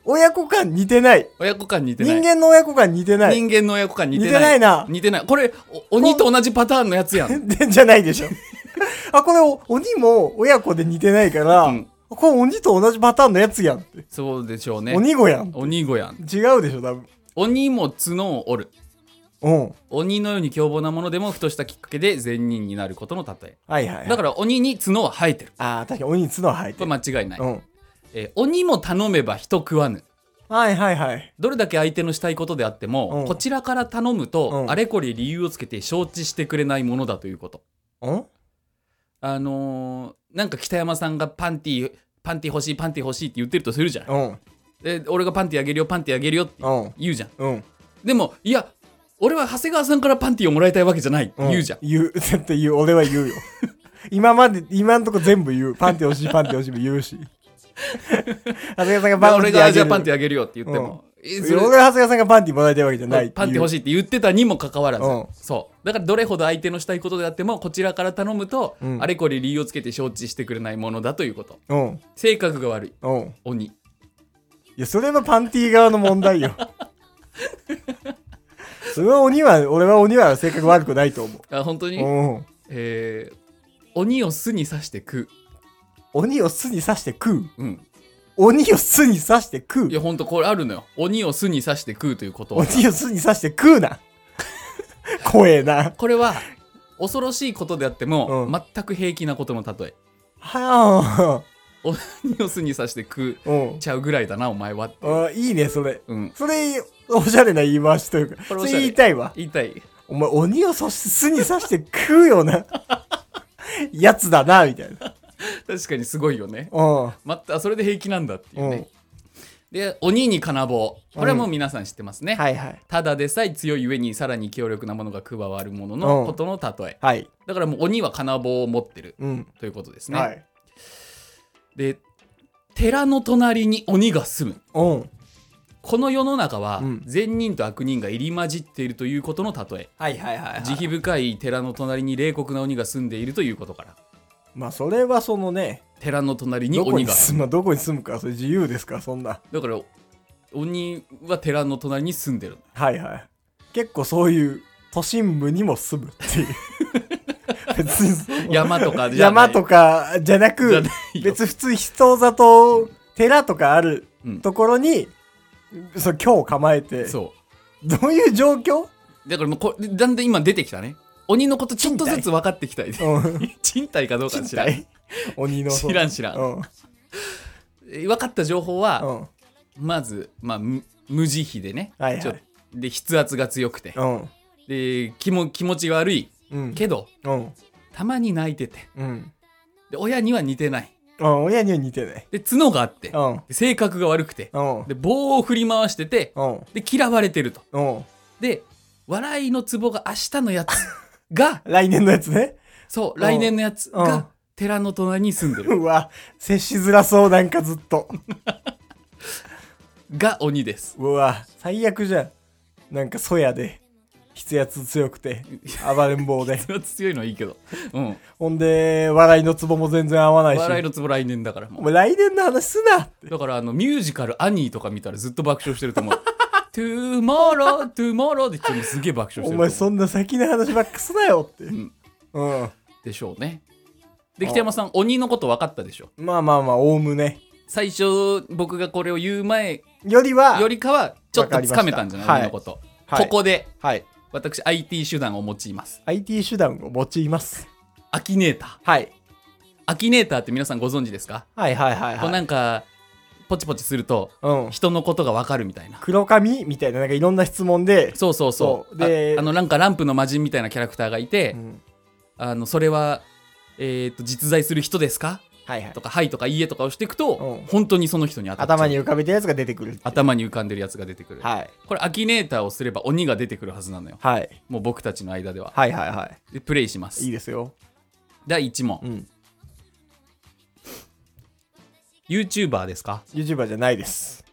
Speaker 2: 親子感似てない
Speaker 1: 親子間似て
Speaker 2: 人
Speaker 1: ない
Speaker 2: 間の親子感似てない
Speaker 1: 人間の親子間似てない
Speaker 2: 似てないな
Speaker 1: 似てないこれお鬼と同じパターンのやつやん、
Speaker 2: でじゃないでしょ あこれお鬼も親子で似てないから、
Speaker 1: うん
Speaker 2: これ鬼と同じパターンのやつやんって、
Speaker 1: そうでしょうね
Speaker 2: 鬼子やん
Speaker 1: 鬼子やん
Speaker 2: 違うでしょ多分
Speaker 1: 鬼も角を折る
Speaker 2: うん
Speaker 1: 鬼のように凶暴なものでもふとしたきっかけで善人になることの例え
Speaker 2: はいはい
Speaker 1: だから鬼に角は生えてる
Speaker 2: ああ確かに鬼に角は生えて
Speaker 1: こ
Speaker 2: る、
Speaker 1: れ間違いない、
Speaker 2: うん
Speaker 1: えー鬼も頼めば人食わぬ
Speaker 2: はいはいはい
Speaker 1: どれだけ相手のしたいことであっても、
Speaker 2: うん
Speaker 1: こちらから頼むと、
Speaker 2: うん
Speaker 1: あれこれ理由をつけて承知してくれないものだということ
Speaker 2: うん
Speaker 1: あのーなんか北山さんがパンティパンティ欲しいパンティ欲しいって言ってるとするじゃん、
Speaker 2: うん
Speaker 1: で俺がパンティあげるよパンティあげるよって
Speaker 2: うん
Speaker 1: 言うじゃん
Speaker 2: うん
Speaker 1: でもいや俺は長谷川さんからパンティをもらいたいわけじゃない、
Speaker 2: うん
Speaker 1: 言うじゃん
Speaker 2: 言う 絶対言う俺は言うよ 今まで今んとこ全部言うパンテ欲しいパンテ欲しいも言うし長谷川さんが
Speaker 1: で
Speaker 2: パン
Speaker 1: 俺
Speaker 2: ティあ
Speaker 1: が
Speaker 2: げ
Speaker 1: じゃあ
Speaker 2: る
Speaker 1: パンティあげるよって言っても、えそ
Speaker 2: 俺
Speaker 1: れ
Speaker 2: が長谷川さんがパンティもらいたいわけじゃない
Speaker 1: パンティ欲
Speaker 2: しい
Speaker 1: しいって言ってたにもかかわらず、
Speaker 2: うん
Speaker 1: そうだからどれほど相手のしたいことであってもこちらから頼むと、
Speaker 2: うん
Speaker 1: あれこれ理由をつけて承知してくれないものだということ
Speaker 2: うん
Speaker 1: 性格が悪い
Speaker 2: うん
Speaker 1: 鬼
Speaker 2: いやそれはパンティ側の問題よ それは鬼は俺は鬼は性格悪くないと思
Speaker 1: あ本当に、
Speaker 2: う、うん、
Speaker 1: えー鬼を巣に刺して食
Speaker 2: 鬼を巣に刺して食う
Speaker 1: ううん
Speaker 2: 鬼を巣に刺して食う
Speaker 1: いや本当これあるのよ鬼を巣に刺して食うということは
Speaker 2: 鬼を巣に刺して食うな 怖えな
Speaker 1: これは恐ろしいことであっても、
Speaker 2: うん
Speaker 1: 全く平気なことの例え
Speaker 2: は
Speaker 1: 鬼を巣に刺して食
Speaker 2: あうん
Speaker 1: うちゃうぐらいだなお前はって
Speaker 2: あいいねそれ
Speaker 1: うん
Speaker 2: それおしゃれな言い回しというか
Speaker 1: こ
Speaker 2: そ
Speaker 1: れ
Speaker 2: れ
Speaker 1: おしゃれ
Speaker 2: 言いたいわ
Speaker 1: 言いたい
Speaker 2: お前鬼をそ巣に刺して食うような やつだなみたいな
Speaker 1: 確かにすごいよね
Speaker 2: うん
Speaker 1: またそれで平気なんだっていうね、で鬼に金棒これはもう皆さん知ってますね、
Speaker 2: はいはい。
Speaker 1: ただでさえ強い上にさらに強力なものが加わるもの
Speaker 2: う
Speaker 1: の
Speaker 2: ん
Speaker 1: ことの例え、
Speaker 2: はい。
Speaker 1: だからもう鬼は金棒を持ってる
Speaker 2: うん。
Speaker 1: ということですね、
Speaker 2: はい。
Speaker 1: で寺の隣に鬼が住む
Speaker 2: うん。
Speaker 1: この世の中は
Speaker 2: うん
Speaker 1: 善人と悪人が入り混じっているということの例え、
Speaker 2: はいはいはい、はい。
Speaker 1: 慈悲深い寺の隣に冷酷な鬼が住んでいるということから
Speaker 2: まあそれはそのね、
Speaker 1: 寺の隣に
Speaker 2: どこ
Speaker 1: 鬼
Speaker 2: に
Speaker 1: が
Speaker 2: 住む、 どこに住むか、それ自由ですから、そんな。
Speaker 1: だから鬼は寺の隣に住んでる
Speaker 2: はいはい。結構そういう都心部にも住むっていう。 別にその
Speaker 1: 山とかじゃない
Speaker 2: 山とかじゃな
Speaker 1: じゃ
Speaker 2: く
Speaker 1: な、いよ
Speaker 2: 別に普通人里、寺とかある
Speaker 1: うん
Speaker 2: ところに、そう、今日構えて、
Speaker 1: そう
Speaker 2: どういう状況
Speaker 1: だからもうこれだんだん今出てきたね鬼のことちょっとずつ分かってきたい
Speaker 2: うん。
Speaker 1: 賃貸かどうか知らん
Speaker 2: 賃貸鬼の。
Speaker 1: 知らん知らん、
Speaker 2: うん。
Speaker 1: え分かった情報は、
Speaker 2: うん。
Speaker 1: まず、まあ、む無慈悲でね、
Speaker 2: はいはい
Speaker 1: ちょで筆圧が強くて、
Speaker 2: うん。
Speaker 1: で気も気持ち悪い
Speaker 2: うん。
Speaker 1: けど
Speaker 2: うん。
Speaker 1: たまに泣いてて
Speaker 2: うん。
Speaker 1: で親には似てない
Speaker 2: うん。親には似てない。
Speaker 1: で角があって、
Speaker 2: うん。
Speaker 1: で性格が悪くて、
Speaker 2: うん。
Speaker 1: で棒を振り回してて、
Speaker 2: うん。
Speaker 1: で嫌われてると
Speaker 2: うん。
Speaker 1: で笑いのツボが明日のや つが
Speaker 2: 来年のやつね。
Speaker 1: そううん来年のやつ
Speaker 2: うん
Speaker 1: が寺の隣に住んでる
Speaker 2: うわ、接しづらそう、なんかずっと。
Speaker 1: が鬼です
Speaker 2: うわ、最悪じゃん。なんか、そやで、筆圧強くて、暴れん坊 で。
Speaker 1: それは強いのはいいけど、うん、
Speaker 2: ほんで、笑いのツボも全然合わないし。
Speaker 1: 笑いのツボ来年だからも
Speaker 2: お
Speaker 1: う
Speaker 2: 前、来年の話すなって。
Speaker 1: だからあのミュージカル「アニー」とか見たらずっと爆笑してると思 う「トゥーモロートゥーモロー」って言ってもすげえ爆笑してると
Speaker 2: お
Speaker 1: 思う
Speaker 2: 前、そんな先の話ばっかすなよって。うんん。
Speaker 1: でしょうねで北山さん鬼のこと分かったでしょ
Speaker 2: まあまあまあ、おおむね。
Speaker 1: 最初僕がこれを言う前
Speaker 2: よりは、
Speaker 1: よりかはちょっ
Speaker 2: わか
Speaker 1: と
Speaker 2: り
Speaker 1: つ
Speaker 2: ま
Speaker 1: か
Speaker 2: した
Speaker 1: めたんじゃない
Speaker 2: はい
Speaker 1: 鬼のこと、
Speaker 2: はい
Speaker 1: ここで
Speaker 2: はい。
Speaker 1: 私 IT 手段を用います
Speaker 2: IT 手段を用います。
Speaker 1: アキネーター
Speaker 2: はい。
Speaker 1: アキネーターって皆さんご存知ですか、
Speaker 2: はいはいはい、
Speaker 1: こう
Speaker 2: は。
Speaker 1: ないんかポチポチすると
Speaker 2: うん。
Speaker 1: 人のことが分かるみたいな
Speaker 2: 黒髪みたいな、なんかいろんな質問で、
Speaker 1: そうそうそう
Speaker 2: そうで
Speaker 1: ああのなんかランプの魔人みたいなキャラクターがいて、
Speaker 2: ん。
Speaker 1: あのそれは、えー、と実在する人ですか
Speaker 2: はいはい
Speaker 1: と。か「はい」とか「いいえ」とかをしていくと、
Speaker 2: うん
Speaker 1: 本当にその人に当たっちゃう
Speaker 2: 頭に浮かべたやつが出てくるっていう。
Speaker 1: 頭に浮かんでるやつが出てくる、
Speaker 2: はい。
Speaker 1: これアキネーターをすれば鬼が出てくるはずなのよ
Speaker 2: はい。
Speaker 1: もう僕たちの間では
Speaker 2: はいはいは
Speaker 1: でプレイします
Speaker 2: い。いいですよ。
Speaker 1: 第1問、
Speaker 2: うん。
Speaker 1: YouTuber ですか
Speaker 2: YouTuber じゃないです。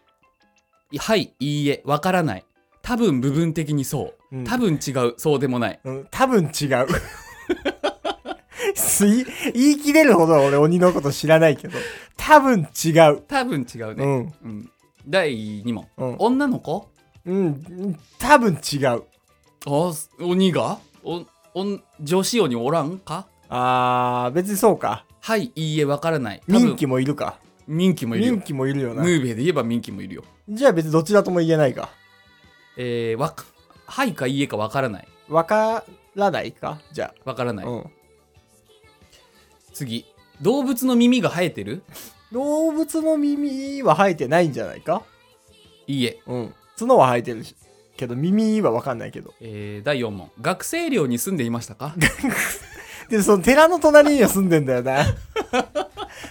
Speaker 1: はいいいえわからない多分部分的にそう、
Speaker 2: うん
Speaker 1: 多分違うそうでもない
Speaker 2: うん、多分違う。 すい言い切れるほど俺鬼のこと知らないけど、多分違う。
Speaker 1: 多分違う
Speaker 2: う
Speaker 1: ね、
Speaker 2: ん。
Speaker 1: うん第2問、
Speaker 2: うん
Speaker 1: 女の子
Speaker 2: うん。多分違う。
Speaker 1: あす鬼がおおん女子鬼おらんか
Speaker 2: あー、別にそうか。
Speaker 1: はいいいえわからない多分
Speaker 2: 人気もいるか。
Speaker 1: 民気もいるよ
Speaker 2: 人気もいるよ
Speaker 1: ム
Speaker 2: な。
Speaker 1: ーベで言えば民気もいるよ
Speaker 2: じゃあ別にどちらとも言えないか。
Speaker 1: えー、わかはいかいいえかわからない
Speaker 2: わからないかじゃ
Speaker 1: わからな
Speaker 2: あ、
Speaker 1: い、
Speaker 2: うん。
Speaker 1: 次動物の耳が生えてる
Speaker 2: 動物の耳は生えてないんじゃないか
Speaker 1: いいえ
Speaker 2: うん。角は生えてるし。けど耳はわかんないけど。
Speaker 1: えー、第4問学生寮に住んでいました か
Speaker 2: で、その寺の隣には住んでんだ よな。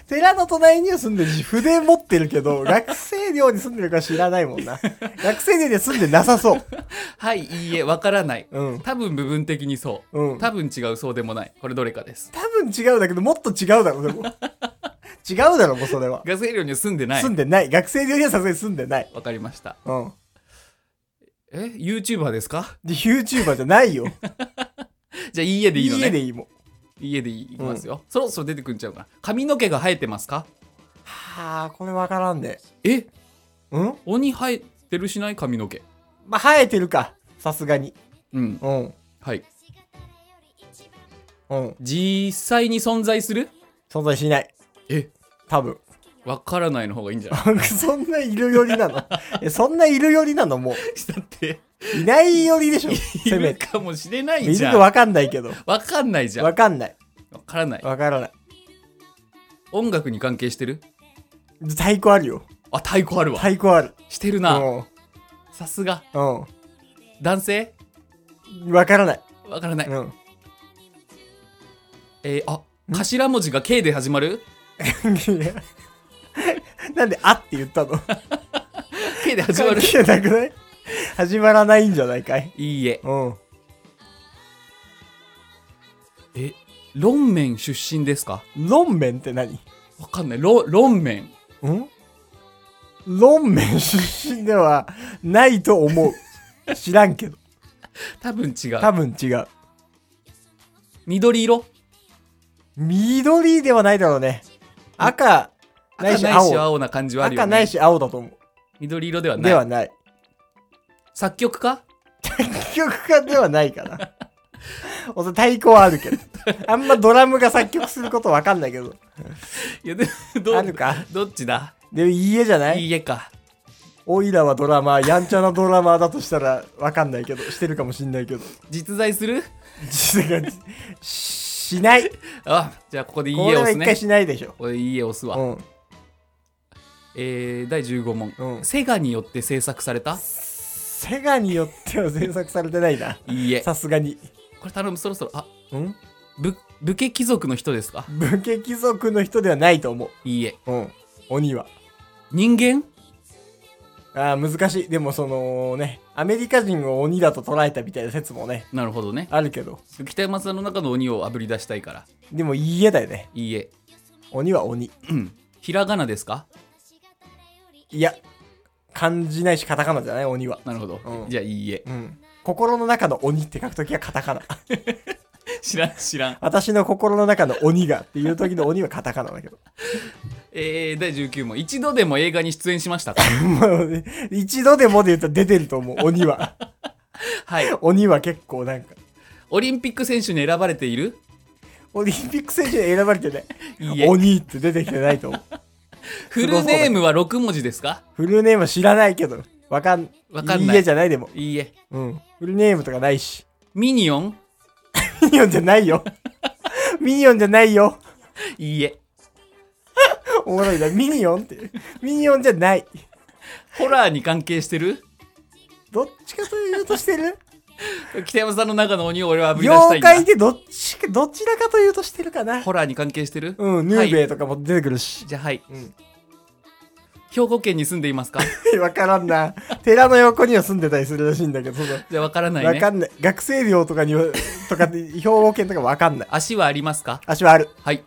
Speaker 2: 寺の隣には住んでるし、筆持ってるけど、学生寮に住んでるか知らないもんな。学生寮には住んでなさそう。
Speaker 1: はいいいえわからない
Speaker 2: うん。
Speaker 1: 多分部分的にそう、
Speaker 2: うん
Speaker 1: 多分違うそうでもないこれどれかです
Speaker 2: 多分違うだけど、もっと違うだろ、でも。違うだろ、もうそれは。
Speaker 1: 学生寮には住んでない
Speaker 2: 住んでない。学生寮にはさすがに住んでない。
Speaker 1: わかりました
Speaker 2: うん。
Speaker 1: え YouTuber ですか
Speaker 2: で、YouTuber じゃないよ。
Speaker 1: じゃあいいえでいいのね
Speaker 2: 家でいいもん。
Speaker 1: 家でいきますよ、そろそろ出てくんちゃうかな髪の毛が生えてますか
Speaker 2: はあ、これわからんね。
Speaker 1: え
Speaker 2: うん
Speaker 1: 鬼生えてるしない髪の毛
Speaker 2: まあ、生えてるか。さすがに。
Speaker 1: うん
Speaker 2: うん。
Speaker 1: はい
Speaker 2: うん。
Speaker 1: 実際に存在する
Speaker 2: 存在しない。
Speaker 1: え
Speaker 2: 多分。
Speaker 1: わからないの方がいいんじゃない
Speaker 2: そんないるよりなのえそんないるよりなのも
Speaker 1: だって
Speaker 2: う。いないよりでし ょ。
Speaker 1: い
Speaker 2: せめ
Speaker 1: る
Speaker 2: て。
Speaker 1: かもしれない
Speaker 2: い
Speaker 1: じ
Speaker 2: る
Speaker 1: ゃ
Speaker 2: か
Speaker 1: ん
Speaker 2: わかんないけど。
Speaker 1: わかんないじゃん
Speaker 2: わ
Speaker 1: わ
Speaker 2: かんない。
Speaker 1: からない
Speaker 2: わからない。
Speaker 1: 音楽に関係してる
Speaker 2: 太鼓あるよ。
Speaker 1: あ太鼓あるわ
Speaker 2: 太鼓ある。
Speaker 1: してる
Speaker 2: う
Speaker 1: なさすが
Speaker 2: ん。
Speaker 1: 男性
Speaker 2: うん。わからない。
Speaker 1: わからない、
Speaker 2: うん。
Speaker 1: えーあ頭文字が K で始まる
Speaker 2: いやなんで、あって言ったの
Speaker 1: 係で始まる
Speaker 2: 関係なくない始まらないんじゃないかい
Speaker 1: いいえ
Speaker 2: うん。
Speaker 1: えロンメン出身ですか
Speaker 2: 論面って何
Speaker 1: わかんないロロンメン
Speaker 2: ん論面出身ではないと思う。知らんけど。
Speaker 1: 多分違う
Speaker 2: 多分違う。
Speaker 1: 緑色
Speaker 2: 緑ではないだろうね。赤、な
Speaker 1: 赤ないいし
Speaker 2: し青。
Speaker 1: 青な感じはあるよね
Speaker 2: 赤ないし青だと思
Speaker 1: 緑色では
Speaker 2: う。
Speaker 1: な
Speaker 2: で
Speaker 1: い
Speaker 2: はない。
Speaker 1: 作曲家
Speaker 2: 作曲家ではないかな。 おそ太鼓は あるけど。あんまドラムが作曲することわかんないけど。
Speaker 1: いやでど
Speaker 2: あるか
Speaker 1: どっちだ
Speaker 2: でも、家じゃない
Speaker 1: いいえか
Speaker 2: おいらはドラマー、やんちゃなドラマーだとしたらわかんないけど、してるかもしんないけど。
Speaker 1: 実在する
Speaker 2: 実際がしない。
Speaker 1: あじゃあここでいい
Speaker 2: こ
Speaker 1: え
Speaker 2: れ
Speaker 1: 押
Speaker 2: は
Speaker 1: す
Speaker 2: 一
Speaker 1: ね
Speaker 2: 回しないでしょ。
Speaker 1: これいいえ押すわ、
Speaker 2: うん。
Speaker 1: えー、第15問、
Speaker 2: うん
Speaker 1: セガによって制作された
Speaker 2: セガによっては制作されてないな。
Speaker 1: いいえ
Speaker 2: さすがに。
Speaker 1: これ頼むそろそろあ
Speaker 2: うん
Speaker 1: ぶ武家貴族の人ですか
Speaker 2: 武家貴族の人ではないと思
Speaker 1: いいえ
Speaker 2: う。うん。鬼は。
Speaker 1: 人間
Speaker 2: ああ、難しい。でもそのね、アメリカ人を鬼だと捉えたみたいな説もね、
Speaker 1: なるほどね
Speaker 2: あるけど。
Speaker 1: 北山さんの中の鬼をあぶり出したいから
Speaker 2: でも家だよね。
Speaker 1: いいえ
Speaker 2: 鬼は鬼。
Speaker 1: ひらがなですか
Speaker 2: いや、漢字ないしカタカナじゃない鬼は。
Speaker 1: なるほど、
Speaker 2: うん
Speaker 1: じゃあいいえ
Speaker 2: うん。心の中の鬼って書くときはカタカナ。
Speaker 1: 知らん知らん
Speaker 2: 私の心の中の鬼がっていう時の鬼はカタカナだけど。
Speaker 1: えー、第19問一度でも映画に出演しま したか
Speaker 2: もうね一度でもで言うと出てると思う、鬼は。
Speaker 1: はい
Speaker 2: 鬼は結構なんか。
Speaker 1: オリンピック選手に選ばれている
Speaker 2: オリンピック選手に選ばれてない
Speaker 1: い
Speaker 2: い。
Speaker 1: え
Speaker 2: 鬼って出てきてないと思う。
Speaker 1: フルネームは6文字ですか
Speaker 2: フルネームは知らないけど。わかん、
Speaker 1: わかんない
Speaker 2: いいえじゃないでも。
Speaker 1: いいえ
Speaker 2: うん。フルネームとかないし。
Speaker 1: ミニオン
Speaker 2: ミニオンじゃな いよ。ミニオンじゃないよ。
Speaker 1: いいえ
Speaker 2: おもろいな。ミニオンって。ミニオンじゃない。
Speaker 1: ホラーに関係してる
Speaker 2: どっちかというとし てる
Speaker 1: 北山さんの中の鬼を俺はあぶり出したい
Speaker 2: 妖
Speaker 1: んだ
Speaker 2: 怪でどっちか、どちらかというとしてるかな。
Speaker 1: ホラーに関係してる
Speaker 2: うん、ヌーベイ
Speaker 1: は
Speaker 2: とかも出てくるし
Speaker 1: い、。じゃあはい
Speaker 2: うん。
Speaker 1: 兵庫県に住んでいますか
Speaker 2: わからんな。寺の横には住んでたりするらしいんだけど、その、
Speaker 1: じゃあわからない
Speaker 2: わ
Speaker 1: ね
Speaker 2: かんない。学生寮とかには、 とかで、兵庫県とかわかんない。
Speaker 1: 足はありますか
Speaker 2: 足はある。
Speaker 1: はい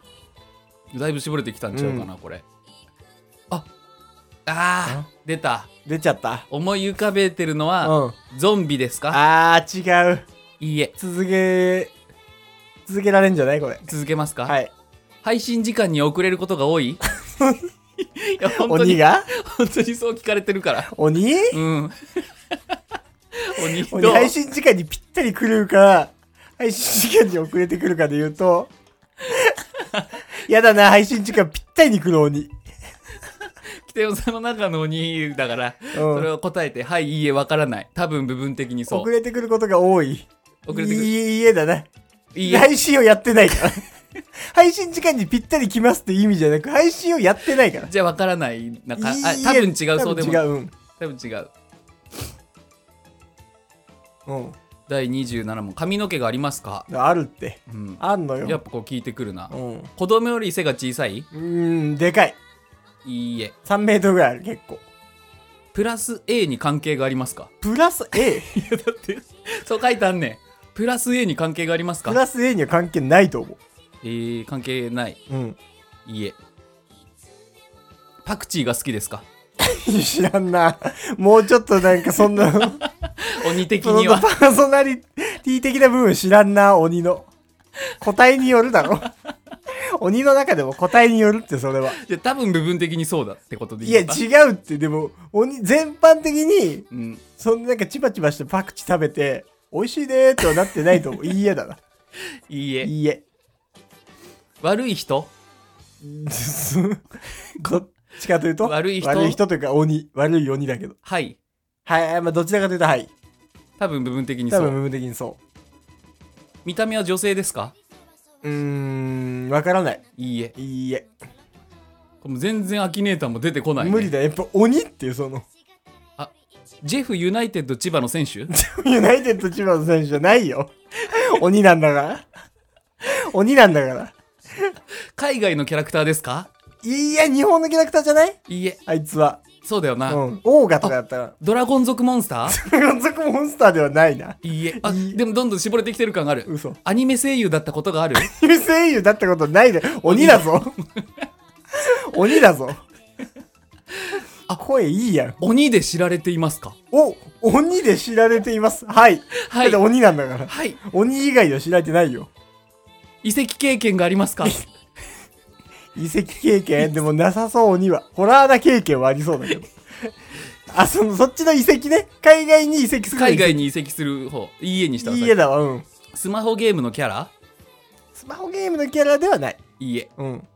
Speaker 1: だいぶ絞れてきたんちゃうかな、これああー出た
Speaker 2: 出ちゃった。
Speaker 1: 思い浮かべてるのは、
Speaker 2: うん。
Speaker 1: ゾンビですか
Speaker 2: あー、違う。
Speaker 1: いいえ
Speaker 2: 続け、続けられんじゃないこれ。
Speaker 1: 続けますか、
Speaker 2: はい。
Speaker 1: 配信時間に遅れることが多い いや本当
Speaker 2: 鬼
Speaker 1: に
Speaker 2: が
Speaker 1: 本当にそう聞かれてるから
Speaker 2: 鬼
Speaker 1: うん鬼
Speaker 2: 鬼
Speaker 1: どう
Speaker 2: 配信時間にぴったり来るか、配信時間に遅れてくるかで言うと、 やだな、配信時間ぴったりに来る鬼。
Speaker 1: 北山さんの中の鬼だから、
Speaker 2: うん
Speaker 1: それを答えて「はいいいえわからない」多分部分的にそう
Speaker 2: 遅れてくることが多い。
Speaker 1: 遅れてくる
Speaker 2: いいえ、いいえだな。
Speaker 1: いいえ
Speaker 2: 配信をやってな いから。配信時間にぴったり来ますって意味じゃなく、配信をやってないから。
Speaker 1: じゃあわからないなんかあ
Speaker 2: いいえ
Speaker 1: 多分違うそうで
Speaker 2: 多
Speaker 1: も
Speaker 2: 分違う。うん
Speaker 1: 多分違う
Speaker 2: うん。
Speaker 1: 第27問髪の毛がありますか、
Speaker 2: あるって。
Speaker 1: うん、
Speaker 2: あんの
Speaker 1: やっ
Speaker 2: よ。
Speaker 1: ぱこう聞いてくるな、
Speaker 2: うん。う
Speaker 1: 子供より背が小さい
Speaker 2: ーん、でかい。
Speaker 1: いいえ
Speaker 2: 3メートルぐらいある、結構。
Speaker 1: プラス A に関係がありますか
Speaker 2: プラス A?
Speaker 1: だってそう書いてあんねんプラス A に関係があります
Speaker 2: プ
Speaker 1: か
Speaker 2: ラス A には関係ないと思。
Speaker 1: えー、関係ないう
Speaker 2: うん。
Speaker 1: いいえパクチーが好きですか
Speaker 2: 知らんな。もうちょっとなんか そんな、
Speaker 1: 鬼的
Speaker 2: その
Speaker 1: には
Speaker 2: パーソナリティ的な部分知らんな、鬼の。個体による だろ。鬼の中でも個体によるって、それは。
Speaker 1: じゃあ多分部分的にそうだってことでい
Speaker 2: い
Speaker 1: い
Speaker 2: や、
Speaker 1: ですか
Speaker 2: 違うって、でも、鬼、全般的に、
Speaker 1: うん、
Speaker 2: そんななんかチバチバしてパクチー食べて、美味しいねーとはなってないと思 う。いいえだな。
Speaker 1: いいえ
Speaker 2: い いえ。
Speaker 1: 悪い人
Speaker 2: どっちかというと、
Speaker 1: 悪い人
Speaker 2: 悪い人というか鬼。悪い鬼だけど。
Speaker 1: はい
Speaker 2: はい、まあ、どちらかというと、はい。
Speaker 1: 多分部分的にそ
Speaker 2: 多分部
Speaker 1: う
Speaker 2: 分的にそ
Speaker 1: 見た目は女性ですか
Speaker 2: う。うーん、わからない。
Speaker 1: いいえ
Speaker 2: いいえ。
Speaker 1: これもう全然アキネーターも出てこない、ね、
Speaker 2: 無理だよやっぱ鬼っていうその
Speaker 1: ジェフユナイテッド千葉の選 手
Speaker 2: ユナイテッド千葉の選手じゃないよ 鬼なんだから鬼なんだから
Speaker 1: 海外のキャラクターですか
Speaker 2: いいや日本のキャラクターじゃない
Speaker 1: いいえ
Speaker 2: あいつは
Speaker 1: そうだよな、
Speaker 2: うん。オーガとかだったら、
Speaker 1: ドラゴン族モンスター
Speaker 2: 満足モンスターではないな。
Speaker 1: いいえあでもどんどん絞れてきてる感がある
Speaker 2: 嘘
Speaker 1: アニメ声優だったことがある
Speaker 2: 声優だったことないで、鬼だぞ。鬼だぞ。あ、声いいやん。
Speaker 1: 鬼で知られていますか
Speaker 2: お、鬼で知られています。はい。
Speaker 1: はい
Speaker 2: だって鬼なんだから。
Speaker 1: はい
Speaker 2: 鬼以外では知られてないよ。
Speaker 1: 遺跡経験がありますか
Speaker 2: 遺跡経験でもなさそうには。ホラーな経験はありそうだけど。あ、その、そっちの遺跡ね。海外に移籍する。
Speaker 1: 海外に移籍する方いいえにしたら
Speaker 2: いい家だわ、うん。
Speaker 1: スマホゲームのキャラ
Speaker 2: スマホゲームのキャラではない。
Speaker 1: いいえ
Speaker 2: うん。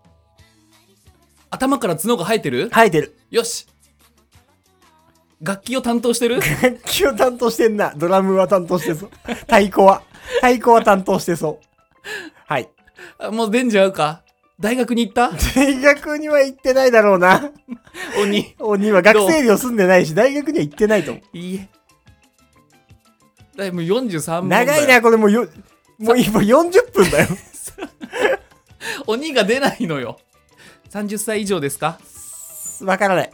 Speaker 1: 頭から角が生えてる
Speaker 2: 生えてる。
Speaker 1: よし楽器を担当 してる
Speaker 2: 楽器を担当してんな。ドラムは担当してそう。太鼓は。太鼓は担当してそう。はい。
Speaker 1: あもう出んじゃうか大学に行った
Speaker 2: 大学には行ってないだろうな。
Speaker 1: 鬼
Speaker 2: 鬼は学生寮住んでないし、大学には行ってないと思
Speaker 1: いいえだいぶ43
Speaker 2: う。
Speaker 1: 問だよ
Speaker 2: 長いな、これもうよ、もう今40分だよ。
Speaker 1: 鬼が出ないのよ30歳以上ですか
Speaker 2: わからない。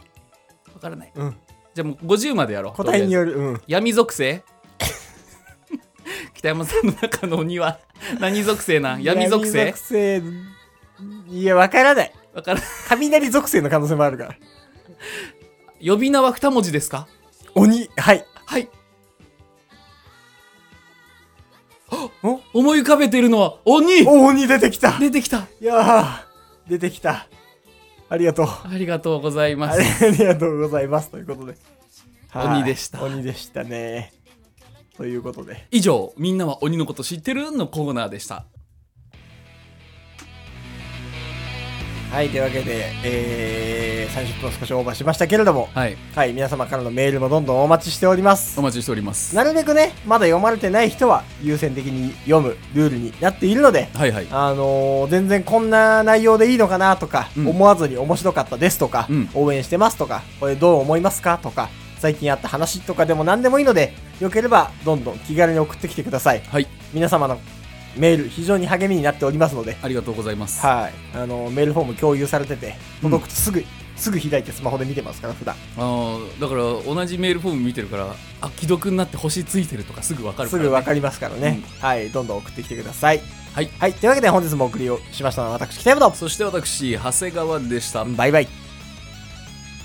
Speaker 1: わからない
Speaker 2: うん。
Speaker 1: じゃあもう50までやろう
Speaker 2: 答えに
Speaker 1: とりあえ
Speaker 2: よる。うん。
Speaker 1: ず闇属性 北山さんの中の鬼は何属性なん闇属性
Speaker 2: 属性いや、わからない。
Speaker 1: わからない
Speaker 2: 雷属性の可能性もあるから。
Speaker 1: 呼び名は2文字ですか
Speaker 2: 鬼、はい。
Speaker 1: はい
Speaker 2: お
Speaker 1: 思い浮かべているのは鬼
Speaker 2: お、鬼出てきた。
Speaker 1: 出てきた
Speaker 2: いやー、出てきた。ありがとう。
Speaker 1: ありがとうございま
Speaker 2: あ
Speaker 1: す
Speaker 2: れありがとうございます。ということで。はい
Speaker 1: 鬼でした
Speaker 2: 鬼でしたね。ということで。
Speaker 1: 以上「みんなは鬼のこと知ってる?」のコーナーでした
Speaker 2: はい、というわけで、えー、30分少しオーバーしましたけれども、
Speaker 1: はい
Speaker 2: はい、皆様からのメールもどんどんお待ちしております
Speaker 1: お。待ちしております
Speaker 2: なるべくね、まだ読まれてない人は優先的に読むルールになっているので、
Speaker 1: はいはい
Speaker 2: あのー全然こんな内容でいいのかなとか、
Speaker 1: うん
Speaker 2: 思わずに面白かったですとか、
Speaker 1: うん
Speaker 2: 応援してますとか、これどう思いますかとか、最近あった話とかでも何でもいいので、よければどんどん気軽に送ってきてください。
Speaker 1: はい
Speaker 2: 皆様のメール非常に励みになっておりますので、
Speaker 1: ありがとうございます
Speaker 2: はい。あの、メールフォーム共有されてて、
Speaker 1: うん
Speaker 2: 届くとすぐ、すぐ開いてスマホで見てますから、普段。
Speaker 1: あーだから同じメールフォーム見てるからあ既読になって星ついてるとかすぐわかるか
Speaker 2: す
Speaker 1: ら、
Speaker 2: ぐ
Speaker 1: ね、
Speaker 2: わかりますからね。はい。どんどん送ってきてください。
Speaker 1: はい
Speaker 2: はい。というわけで本日もお送りをしましたのは私、北山と、
Speaker 1: そして私長谷川でした
Speaker 2: バイバイ。